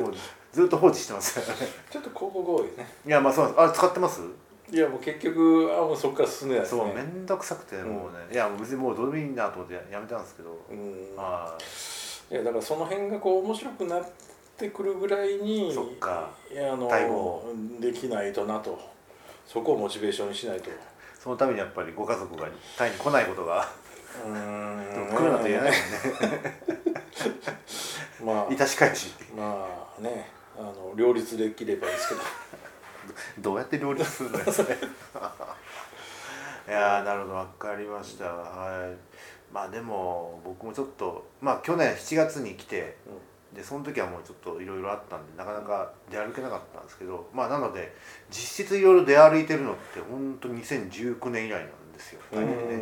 Speaker 1: もうずっと放置してます よね
Speaker 2: えちょっと広告多いね
Speaker 1: いやまあそうなんですあ使ってます
Speaker 2: いやもう結局あもうそっから進んでないです
Speaker 1: そう
Speaker 2: ね
Speaker 1: 面倒くさくてもうね、いやもう別にもうどうでもいいなと思ってややめたんですけど、
Speaker 2: うん
Speaker 1: あ
Speaker 2: いやだからその辺がこう面白くなってくるぐらいに
Speaker 1: そっか
Speaker 2: いやあの
Speaker 1: 待望
Speaker 2: できないとなとそこをモチベーションにしな いと
Speaker 1: ーそのためにやっぱりご家族がタイに来ないことが、
Speaker 2: うーん
Speaker 1: 来るなんて言えないもんね、
Speaker 2: まあ
Speaker 1: いたしかいし
Speaker 2: まあねあの両立できればいいですけど
Speaker 1: どうやって料理する のやつねいやーなるほど分かりましたはいまあでも僕もちょっとまあ去年7月に来てでその時はもうちょっといろいろあったんでなかなか出歩けなかったんですけどまあなので実質いろいろ出歩いてるのってほんと2019年以来なんですよ
Speaker 2: う
Speaker 1: 大体
Speaker 2: ん
Speaker 1: ね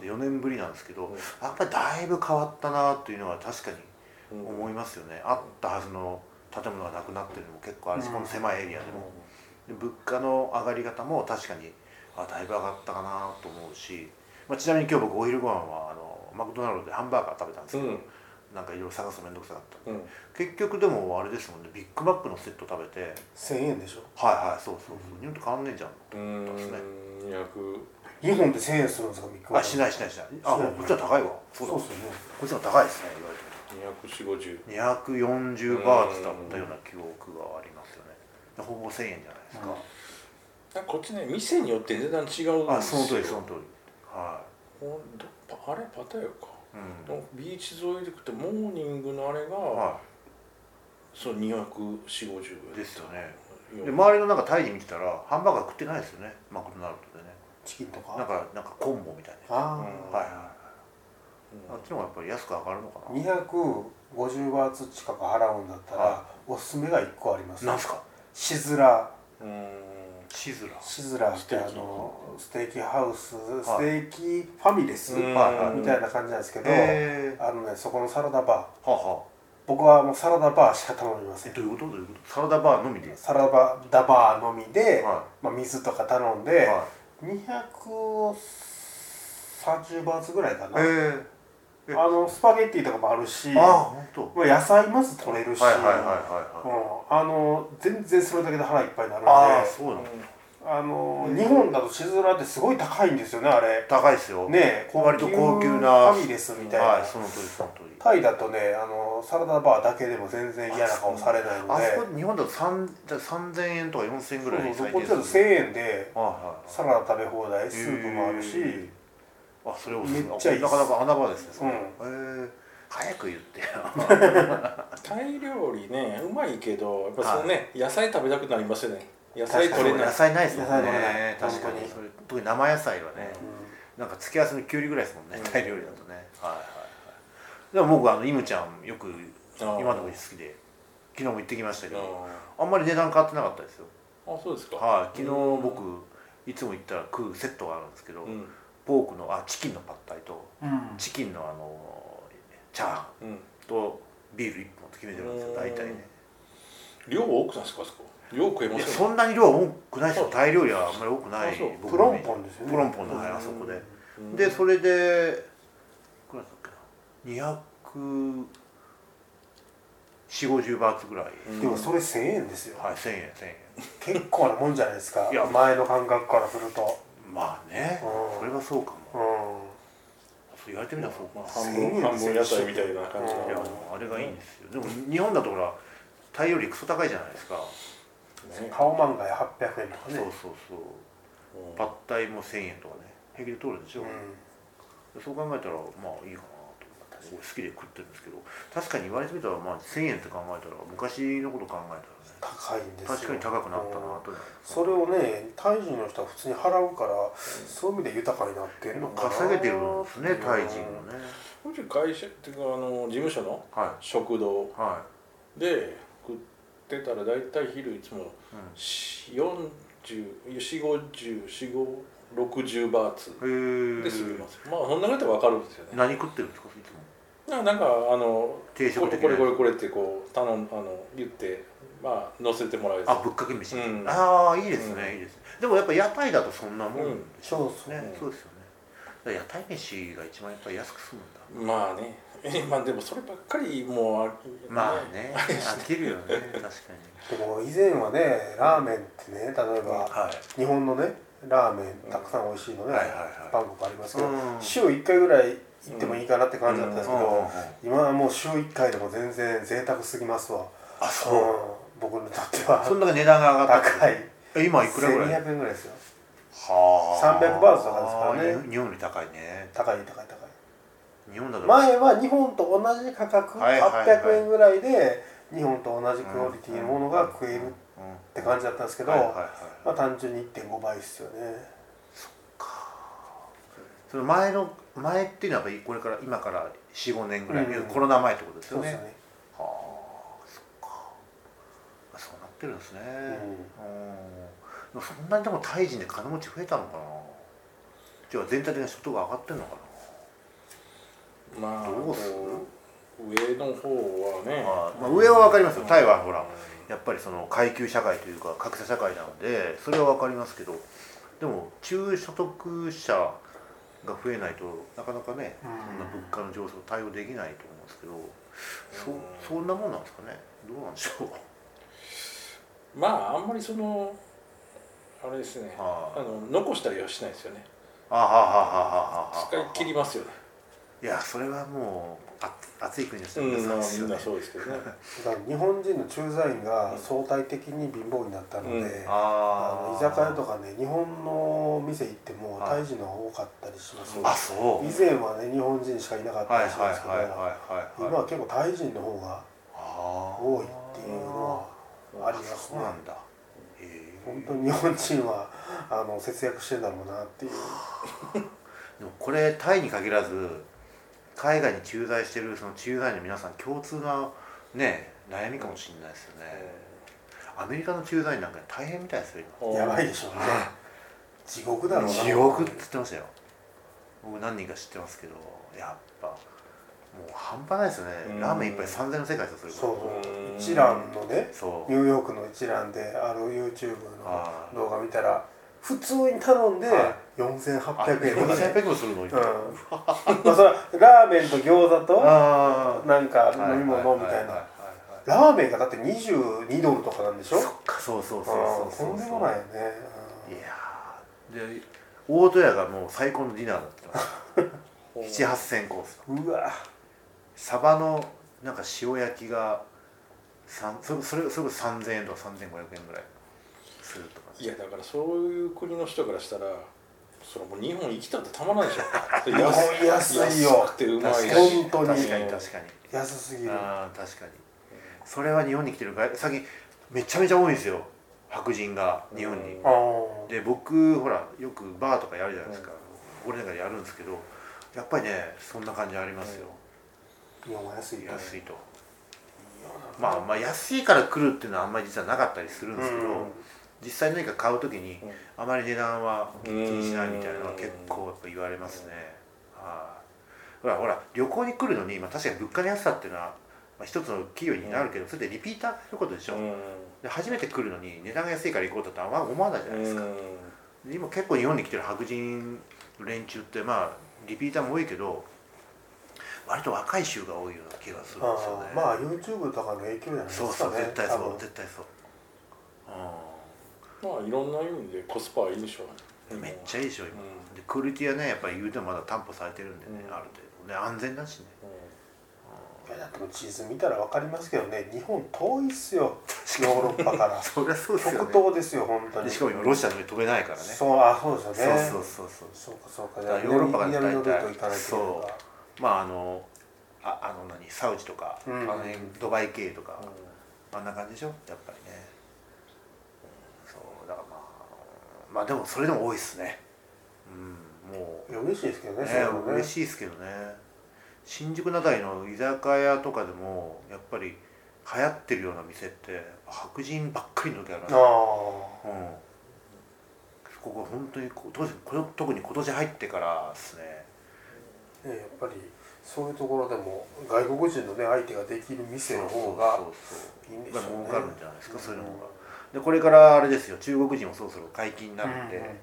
Speaker 1: で4年ぶりなんですけど
Speaker 2: うん
Speaker 1: やっぱりだいぶ変わったなというのは確かに
Speaker 2: うん
Speaker 1: 思いますよねあったはずの建物がなくなってるのも結構あるし、
Speaker 3: うん
Speaker 1: この狭いエリアでも、で物価の上がり方も確かにあだいぶ上がったかなと思うし、まあ、ちなみに今日僕お昼ご飯はあのマクドナルドでハンバーガー食べたんです
Speaker 2: う
Speaker 1: けど、
Speaker 2: ん
Speaker 1: なんかいろいろ探すの面倒くさかった
Speaker 2: うん
Speaker 1: 結局でもあれですもんねビッグマックのセット食べてはい
Speaker 3: 1000円でしょ
Speaker 1: はいそうそうそう日本と変わんねえじゃん
Speaker 2: うーん約
Speaker 3: 2本で1000円するんですか3日
Speaker 1: あしないしないしないあ
Speaker 3: しない
Speaker 1: こっちは高いわ
Speaker 3: そう
Speaker 1: だ
Speaker 3: ですよね
Speaker 1: こっちの方が高いですね意外と。
Speaker 2: 24050
Speaker 1: 240バーツだったような記憶がありますよねでほぼ1000円じゃないですか、
Speaker 2: なんかこっちね店によって値段違うんですよ
Speaker 1: あその通りその通りは
Speaker 2: ほんとあれパタヤか
Speaker 1: い、うん
Speaker 2: のビーチ沿いで食ってモーニングのあれが、
Speaker 1: は
Speaker 2: そう24050
Speaker 1: い、ですよね
Speaker 2: うん
Speaker 1: で周りのなんかタイに見てたらハンバーガー食ってないですよねマクドナルドでね
Speaker 3: チキンとか
Speaker 1: なんかなんかコンボみたいな
Speaker 3: あ
Speaker 2: うん
Speaker 1: はいはいはいあっちの方がやっぱり安く上がるのか
Speaker 3: あ250バーツ近く払うんだったら
Speaker 1: は
Speaker 3: おすすめが1個あります
Speaker 1: ななんすか
Speaker 3: シズラ
Speaker 2: うん
Speaker 1: シズラ
Speaker 3: シズラっ
Speaker 2: ステ
Speaker 3: てあ
Speaker 2: ーキ
Speaker 3: のステーキハウスス
Speaker 1: は
Speaker 3: テーキファミレス
Speaker 2: うん
Speaker 3: みたいな感じなんですけど
Speaker 1: へえ
Speaker 3: あのねそこのサラダバー
Speaker 1: はあは
Speaker 3: 僕はもうサラダバーしか頼みませ
Speaker 1: あ
Speaker 3: ん
Speaker 1: どういうことどういうことサラダバーのみで
Speaker 3: サラダバーのみで、
Speaker 1: は
Speaker 3: まあ、水とか頼んで、
Speaker 1: は
Speaker 3: 230バーツぐらいか
Speaker 1: い
Speaker 3: な、
Speaker 1: へえ
Speaker 3: あのスパゲッティとかもあるし
Speaker 1: えああ本当
Speaker 3: まあ、野菜まず取れるし、
Speaker 1: はいはいはいはい
Speaker 3: うん
Speaker 1: はい、
Speaker 3: あの全然それだけで腹いっぱいになるんで
Speaker 1: あ
Speaker 3: あ
Speaker 1: あそうなの
Speaker 3: の日本だとしずらってすごい高いんですよねあれ
Speaker 1: 高いですよ
Speaker 3: ねえ
Speaker 1: 割と高級な
Speaker 3: ファミレスみたいな、
Speaker 1: はいその通りその通り
Speaker 3: タイだとねあのサラダバーだけでも全然嫌な顔されないの
Speaker 1: あ
Speaker 3: で
Speaker 1: そこ日本だと3じゃあ3000円とか4000円ぐらい
Speaker 3: そうそう
Speaker 1: 最
Speaker 3: こっ
Speaker 1: 低
Speaker 3: ちだと
Speaker 1: 円
Speaker 3: 1000円で
Speaker 1: はいはい
Speaker 3: サラダ食べ放題スープもあるし、
Speaker 1: へーあそれを
Speaker 3: めっちゃいいっ
Speaker 1: な
Speaker 3: す
Speaker 1: かなか穴場ですねそれ
Speaker 3: うん
Speaker 1: へえ早く言ってよ
Speaker 2: タイ料理ねうまいけどやっぱそのね、野菜食べたくなりますよね野菜取れない
Speaker 1: 野菜ないですもん
Speaker 3: 野菜取れない
Speaker 1: ね確か
Speaker 3: 本当
Speaker 1: に
Speaker 3: に
Speaker 1: それ特に生野菜はね
Speaker 3: うん
Speaker 1: なんか付け合わせのきゅうりぐらいですもんね
Speaker 2: うん
Speaker 1: タイ料理だとねはいはいはいでも僕あのイムちゃんよく
Speaker 2: ああ
Speaker 1: 今のところ好きで昨日も行ってきましたけど
Speaker 2: あ
Speaker 1: あんまり値段変わってなかったですよ
Speaker 2: ーあそうですか
Speaker 1: はい昨日
Speaker 2: うん
Speaker 1: 僕いつも行ったら食うセットがあるんですけど
Speaker 2: うん
Speaker 1: ポークのあチキンのパッタイと
Speaker 3: うん
Speaker 1: チキンのあのチャーハ
Speaker 2: うん
Speaker 1: ンとビール1本と決めてるんですよ大体ね
Speaker 2: 量多くないですかあそこ量食え
Speaker 1: い
Speaker 2: ま
Speaker 1: や
Speaker 2: す
Speaker 1: そ
Speaker 2: よね
Speaker 1: んなに量は多くないですよ
Speaker 2: あ
Speaker 1: タイ料理はあんまり多くない
Speaker 2: あそう
Speaker 1: 僕
Speaker 3: プ
Speaker 1: の
Speaker 3: ロ
Speaker 1: イメ
Speaker 3: ン
Speaker 1: ージ
Speaker 3: ポンですよね
Speaker 1: プロンポンのはい
Speaker 2: うん
Speaker 1: あそこで
Speaker 2: うん
Speaker 1: でそれでいくらだったっけな24050バーツぐらい
Speaker 2: うん
Speaker 3: でもそれ1000円ですよ、
Speaker 1: はい1000円1000円
Speaker 3: 結構なもんじゃないですか
Speaker 1: いや
Speaker 3: 前の感覚からすると
Speaker 1: まあね
Speaker 3: うん
Speaker 1: それはそうかも
Speaker 3: う
Speaker 1: そう言われてみたらそうか
Speaker 2: まあ、
Speaker 1: い
Speaker 2: 半分半分野菜みたいな感じ
Speaker 3: うん
Speaker 1: や
Speaker 2: の、
Speaker 1: もうあれがいいんですよでも日本だとほらタイ料理クソ高いじゃないですか
Speaker 2: ね
Speaker 3: ん顔漫画800円とか
Speaker 1: そう
Speaker 3: ね
Speaker 1: そうそう
Speaker 2: うん
Speaker 1: パッタイも1000円とかね平気で取るんでしょ、
Speaker 3: うん
Speaker 1: そう考えたらまあいいかなと僕好きで食ってるんですけど確かに言われてみたらまあ1000円って考えたら昔のこと考えたらね
Speaker 3: 高いんですよ
Speaker 1: 確かに高くなったなという
Speaker 3: それをね胎児の人は普通に払うから、そういう意味で豊かになってるのかな
Speaker 1: 稼げてるんですね
Speaker 3: うん
Speaker 1: タイ人もね
Speaker 2: もし会社っていうかあの事務所の
Speaker 1: は
Speaker 2: 食堂
Speaker 1: いは
Speaker 2: で食ってたら大体昼いつも
Speaker 1: うん
Speaker 2: 4040504060バーツ
Speaker 1: いへー
Speaker 2: で済みますまあそんなことは分かるんですよね
Speaker 1: 何食ってるんですかいつも
Speaker 2: ななんかあの
Speaker 1: 定食
Speaker 2: これ
Speaker 1: 的
Speaker 2: こ
Speaker 1: な
Speaker 2: れ
Speaker 1: やつ
Speaker 2: これこれってこう頼んあの言ってまあ載せてもらうやつ
Speaker 1: あぶっかけ飯、
Speaker 2: うん
Speaker 1: ああいいですね、
Speaker 2: うん
Speaker 1: いいですねでもやっぱ屋台だとそんなもん、
Speaker 2: うん
Speaker 3: そうですね
Speaker 1: ね、
Speaker 2: うん
Speaker 1: そうですよねだから屋台飯が一番やっぱ安く済むんだ
Speaker 2: まあね まあでもそればっかりもう
Speaker 1: まあ ね飽きるよね確か
Speaker 3: でも以前はねラーメンってね例え
Speaker 1: に
Speaker 3: ば
Speaker 1: は
Speaker 3: 日本のねラーメンたくさん美味しいのね、
Speaker 1: はいはいはい
Speaker 3: バンコクありますけど、
Speaker 1: うん
Speaker 3: 週1回ぐらい行ってもいいかなって感じだったんですけど、
Speaker 1: うんうん
Speaker 3: 今はもう週1回でも全然贅沢すぎますわ
Speaker 1: あ
Speaker 3: う
Speaker 1: そうん
Speaker 3: 僕にとって
Speaker 1: そ
Speaker 3: は
Speaker 1: んだけ値段が上がったってこと
Speaker 3: 高い
Speaker 1: え今いくらぐらい
Speaker 3: 1200円ぐらいですよ
Speaker 1: は
Speaker 3: 300バーツとかですからね
Speaker 1: ね日本より高いね
Speaker 3: 高い高い高い
Speaker 1: 日本だと
Speaker 3: 前は日本と同じ価格
Speaker 1: はいはいはい
Speaker 3: 800円ぐらいで日本と同じクオリティのものが食えるって感じだったんですけど、
Speaker 1: はいはいはい
Speaker 3: まあ、単純に1.5倍ですよね
Speaker 1: その前の前っていうのはやっぱりこれから今から45年ぐらい、
Speaker 3: うん
Speaker 1: コロナ前ってことです
Speaker 3: そう
Speaker 1: よ
Speaker 3: で
Speaker 1: ね
Speaker 3: すよね
Speaker 1: はあそっかあそうなってるんですねう
Speaker 3: う
Speaker 1: ん、そんなにでもタイ人で金持ち増えたのかなじゃあ全体的な所得が上がってるのか
Speaker 2: まあ
Speaker 1: どうする
Speaker 2: こう上の方はね、
Speaker 1: まあまあ上はわかりますよ
Speaker 2: うん
Speaker 1: タイはほら
Speaker 2: うん
Speaker 1: なやっぱりその階級社会というか格差社会なのでそれは分かりますけどでも中所得者が増えないとなかなかね
Speaker 3: うん
Speaker 1: そんな物価の上昇対応できないと思うんですけど
Speaker 2: うん
Speaker 1: そそんなもんなんですかねどうなんでしょう
Speaker 2: まああんまりそのあれですね
Speaker 1: は
Speaker 2: あの残したりはしないですよね
Speaker 1: あはあはあはあはあはあ
Speaker 2: 使い切りますよね
Speaker 1: いやそれはもうあ暑い国の人
Speaker 2: う
Speaker 1: は皆
Speaker 2: ん
Speaker 1: さ
Speaker 2: まあ
Speaker 1: んです
Speaker 2: み
Speaker 1: よ
Speaker 2: ん
Speaker 1: ね
Speaker 2: なそうですけど ね
Speaker 3: だから日本人の駐在員が相対的に貧乏になったので、
Speaker 2: うん
Speaker 1: あ
Speaker 3: あの
Speaker 1: ー
Speaker 3: 居酒屋とかね日本の店行っても
Speaker 1: はい
Speaker 3: タイ人の方が多かったりしますよ
Speaker 1: あそう
Speaker 3: 以前はね日本人しかいなか
Speaker 1: は
Speaker 3: っ
Speaker 1: い
Speaker 3: た
Speaker 1: はい
Speaker 3: りしますけど、
Speaker 1: はいはいはい
Speaker 3: 今は結構タイ人の方が
Speaker 1: あー
Speaker 3: 多いっていうのはあります
Speaker 1: そう
Speaker 3: ね
Speaker 1: なんだへえ
Speaker 3: 本当に日本人はあの節約してんだろうなっていう
Speaker 1: でもこれタイに限らず海外に駐在してるその駐在員の皆さん共通なね悩みかもしれないですよね、アメリカの駐在員なんか大変みたいですよ今
Speaker 3: やばい
Speaker 2: で
Speaker 3: でしょうね地獄だろうな
Speaker 1: 地獄って言ってましたよ僕何人か知ってますけどやっぱもう半端ないですよ
Speaker 2: うん
Speaker 1: ねラーメン一杯3000円の世界ですよそれ
Speaker 3: そう
Speaker 1: こ
Speaker 3: そう
Speaker 2: うん
Speaker 3: 一覧のね
Speaker 1: そそう
Speaker 3: ニューヨークの一覧であの YouTube の
Speaker 1: あー
Speaker 3: 動画見たら普通に頼んで
Speaker 1: はあ
Speaker 3: 4800円とかね
Speaker 1: 4800円もするのに、
Speaker 3: うん、まあそれはラーメンと餃子と
Speaker 1: あー
Speaker 3: なんか飲み物みたい
Speaker 1: はは
Speaker 3: な
Speaker 1: はは
Speaker 3: ラーメンがだって22ドルとかなんでしょ
Speaker 1: いそっかそうそうそう
Speaker 3: あ
Speaker 1: そ
Speaker 3: あ
Speaker 1: うそう
Speaker 3: とんでもないよね
Speaker 1: いやーで大戸屋がもう最高のディナーだって
Speaker 2: す
Speaker 1: 7 8千コース
Speaker 3: うんうわ
Speaker 1: サバのなんか塩焼きが三それそれそれこそ3000円とか3500円ぐらいするとか、
Speaker 2: いやだからそういう国の人からしたらそれもう日本生きたってたまらないでしょ日
Speaker 3: 本安いよ
Speaker 2: 安くてうまい
Speaker 1: 確
Speaker 2: し
Speaker 1: かに
Speaker 3: 本当に
Speaker 1: 確かに確かに
Speaker 3: 安すぎる
Speaker 1: あー確かにそれは日本に来てる外最近めちゃめちゃ多いんですよ白人が日本に
Speaker 2: うん
Speaker 3: ああ
Speaker 1: で僕ほらよくバーとかやるじゃないですか、俺なんかやるんですけどやっぱりねそんな感じありますよ、
Speaker 3: 日本は安いよね
Speaker 1: 安いと、まあまあ安いから来るっていうのはあんまり実はなかったりするんですけど、
Speaker 3: うん
Speaker 1: 実際何か買う時に
Speaker 2: うん
Speaker 1: あまり値段は気にしないみたいなのは結構やっぱ言われますね、はいほらほら旅行に来るのに、まあ、確かに物価の安さっていうのは、まあ、一つの企業になるけど、それでリピーターがいることでしょ、
Speaker 2: う
Speaker 1: で初めて来るのに値段が安いから行こうだってあんま思わないじゃない
Speaker 2: ん
Speaker 1: ですか、
Speaker 2: うん
Speaker 1: で今結構日本に来てる白人の連中ってまあリピーターも多いけど割と若い衆が多いような気がするんですよね
Speaker 3: ああまあ YouTube とかの影響じゃないですか
Speaker 1: そ
Speaker 3: ね
Speaker 1: うそう絶対そ
Speaker 3: 多
Speaker 1: う
Speaker 3: 分
Speaker 1: 絶対そう
Speaker 2: まあいろんな意味でコスパはいいでしょう
Speaker 1: うんめっち
Speaker 2: ゃ
Speaker 1: ゃいいでしょ今、でクオリティはねやっぱり言うてもまだ担保されてるんでね、
Speaker 2: うん
Speaker 1: ある程度ね安全だしね
Speaker 3: いやだってもう地図見たらわかりますけどね日本遠いっすよヨーロッパから
Speaker 1: そりゃそうですよ
Speaker 3: 極
Speaker 1: ね
Speaker 3: 東ですよ本当に
Speaker 1: でしかも今ロシアの上飛べないからね
Speaker 3: そうあそうですよね
Speaker 1: そうそうそうそう
Speaker 3: そうかそうか
Speaker 1: だからヨーロッパが大体
Speaker 3: 南のルート行かないといけない
Speaker 1: そまああのああの何サウジとか、
Speaker 3: うん
Speaker 1: あの辺ドバイ系とか、
Speaker 2: う
Speaker 1: あんな感じでしょやっぱりね、うんそうだからまあまあでもそれでも多いっすねうんもう
Speaker 3: いや嬉しいですけどね
Speaker 1: ね
Speaker 3: それもね
Speaker 1: 嬉しいですけどね新宿のあたりの居酒屋とかでもやっぱり流行ってるような店って白人ばっかりの時あるなう
Speaker 3: ああ
Speaker 1: んここは本当にこ当時この特に今年入ってからですね
Speaker 3: ねやっぱりそういうところでも外国人のね相手ができる店の方が
Speaker 1: そうそう
Speaker 3: いいんでし
Speaker 1: そう
Speaker 3: ょう
Speaker 1: 儲
Speaker 3: ね
Speaker 1: かるんじゃないですか、そういうの
Speaker 3: うん
Speaker 1: がでこれからあれですよ中国人もそろそろ解禁になるんで、
Speaker 3: うんうんうん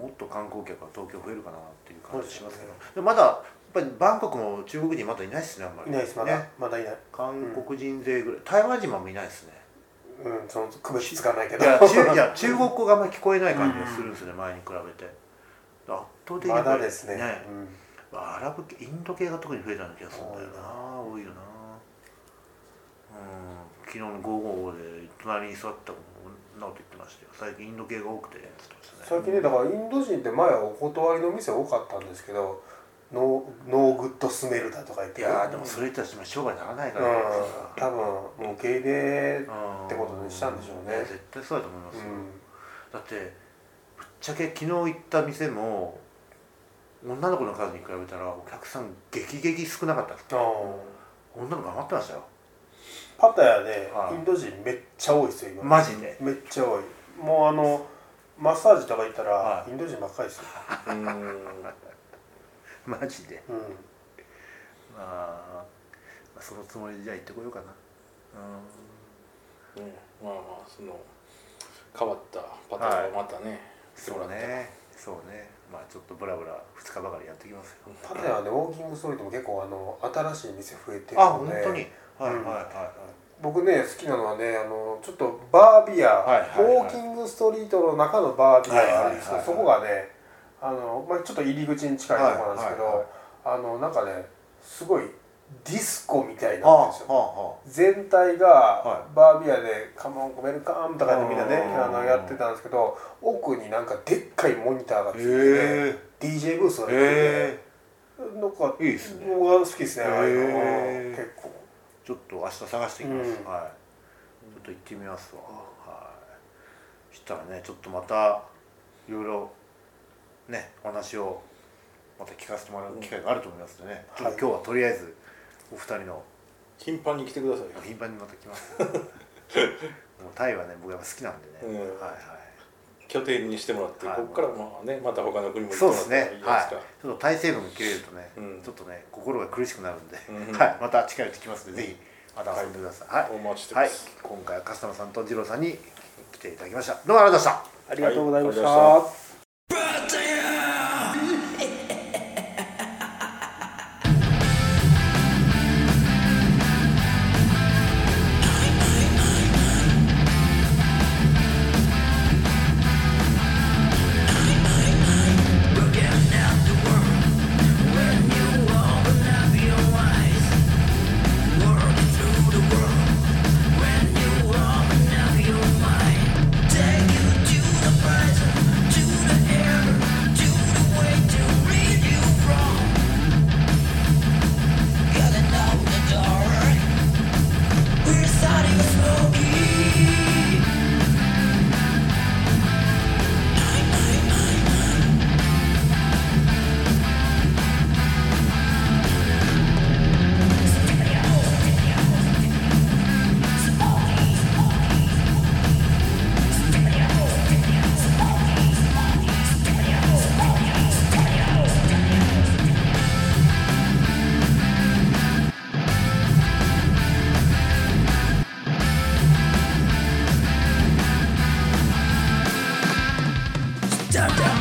Speaker 1: もっと観光客が東京増えるかなっていう感じしますけど
Speaker 3: そうで
Speaker 1: でまだやっぱりバンコクも中国人まだいないですねあんまり
Speaker 3: いないですまだ、
Speaker 1: ね
Speaker 3: まだいない
Speaker 1: 韓国人勢ぐらい、台湾人もいないですね
Speaker 3: うんその区別つかないけ
Speaker 1: い
Speaker 3: ど
Speaker 1: や中いや中国語があんまり聞こえない感じがするんですよね、前に比べて圧倒的にや
Speaker 3: ま
Speaker 1: っぱ
Speaker 3: だ
Speaker 1: り
Speaker 3: ですね
Speaker 1: ね
Speaker 3: うん
Speaker 1: アラブ系インド系が特に増えたような気がするんだよな多いよなうん昨日の午後で隣に座った女の子と言ってましたよ最近インド系が多くてって言
Speaker 3: 最
Speaker 1: ってま
Speaker 3: 近ね
Speaker 1: し
Speaker 3: だからインド人って前はお断りの店多かったんですけどノーノーグッドスメルだとか言ったて
Speaker 1: ねいやーでもそれ言ったら商売にならない
Speaker 3: うん
Speaker 1: からね
Speaker 3: 多分もう受け入れ
Speaker 1: うん
Speaker 3: ってことにしたんでしょうね
Speaker 1: いや絶対そうだと思いますよ、
Speaker 3: う
Speaker 1: だってぶっちゃけ昨日行った店も女の子の数に比べたらお客さん激激少なかったんです
Speaker 3: んあ
Speaker 1: 女の子余ってましたよ
Speaker 3: パタヤで
Speaker 1: はい
Speaker 3: インド人めっちゃ多いですよ今
Speaker 1: マジで
Speaker 3: めっちゃ多いもうあのマッサージとか行ったら、
Speaker 1: はい
Speaker 3: インド人ばっかりですよ、
Speaker 2: ん
Speaker 1: マジで
Speaker 3: うん、
Speaker 1: まあそのつもりでじゃあ行ってこようかなうん
Speaker 2: ねまあまあその変わったパターンをまたね、
Speaker 1: そうねそうねまあちょっとブラブラ2日ばかりやってきますよ
Speaker 3: パタヤはねウォーキングストリートも結構あの新しい店増えてるので
Speaker 1: あ本当にはいはい
Speaker 3: うん
Speaker 1: は
Speaker 3: 僕ね好きなのはねあのちょっとバービア、
Speaker 1: はいはいはい
Speaker 3: ウォーキングストリートの中のバービアがあるんですけど、
Speaker 1: はいはいはいはい
Speaker 3: そこがねあの、まあ、ちょっと入り口に近いところなんですけど、
Speaker 1: はいはいは
Speaker 3: あのなんかねすごいディスコみたい
Speaker 1: い
Speaker 3: になってるんですよ
Speaker 1: は
Speaker 3: 全体
Speaker 1: は
Speaker 3: がバービアで「カモンウェルカム」とかでみんなね
Speaker 1: うん
Speaker 3: あのやってたんですけど奥になんかでっかいモニターがついて
Speaker 1: へ
Speaker 3: て、DJ ブースが
Speaker 1: あ
Speaker 3: ついてて、
Speaker 1: へえ
Speaker 3: なんか
Speaker 1: いいですね
Speaker 3: 僕は好きですね、ああいうの
Speaker 1: へー
Speaker 3: 結構
Speaker 1: ちょっと明日探してきます、
Speaker 3: うん
Speaker 1: はいちょっと行ってみますわ、はいそしたらねちょっとまたいろいろねお話をまた聞かせてもらう機会があると思いますのでね、
Speaker 3: はい
Speaker 1: ちょっと今日はとりあえずお二人の
Speaker 2: 頻繁に来てくださいよ
Speaker 1: 頻繁にまた来ます もうタイはね僕やっぱ好きなんでね、
Speaker 2: うん
Speaker 1: はいは
Speaker 2: 拠点にしてもらって、
Speaker 1: はい
Speaker 2: ここからまあねまた他の国も
Speaker 1: い
Speaker 2: 行って
Speaker 1: そう
Speaker 2: も
Speaker 1: で
Speaker 2: ら
Speaker 1: すね
Speaker 2: ったらいいじゃない
Speaker 1: は
Speaker 2: です
Speaker 1: い
Speaker 2: か
Speaker 1: ちょっと体成分が切れるとね、
Speaker 2: うん
Speaker 1: ちょっとね心が苦しくなるんで、
Speaker 2: うん
Speaker 1: はいまた近いうち来ますんでぜひまた遊んでください、はい
Speaker 2: お待ちしてま
Speaker 1: はい
Speaker 2: す、、
Speaker 1: 今回は笠野さんと二郎さんに来ていただきました。どうもありがとうございました。
Speaker 3: ありがとうございました、
Speaker 2: はいありがとうございました
Speaker 4: ダメだ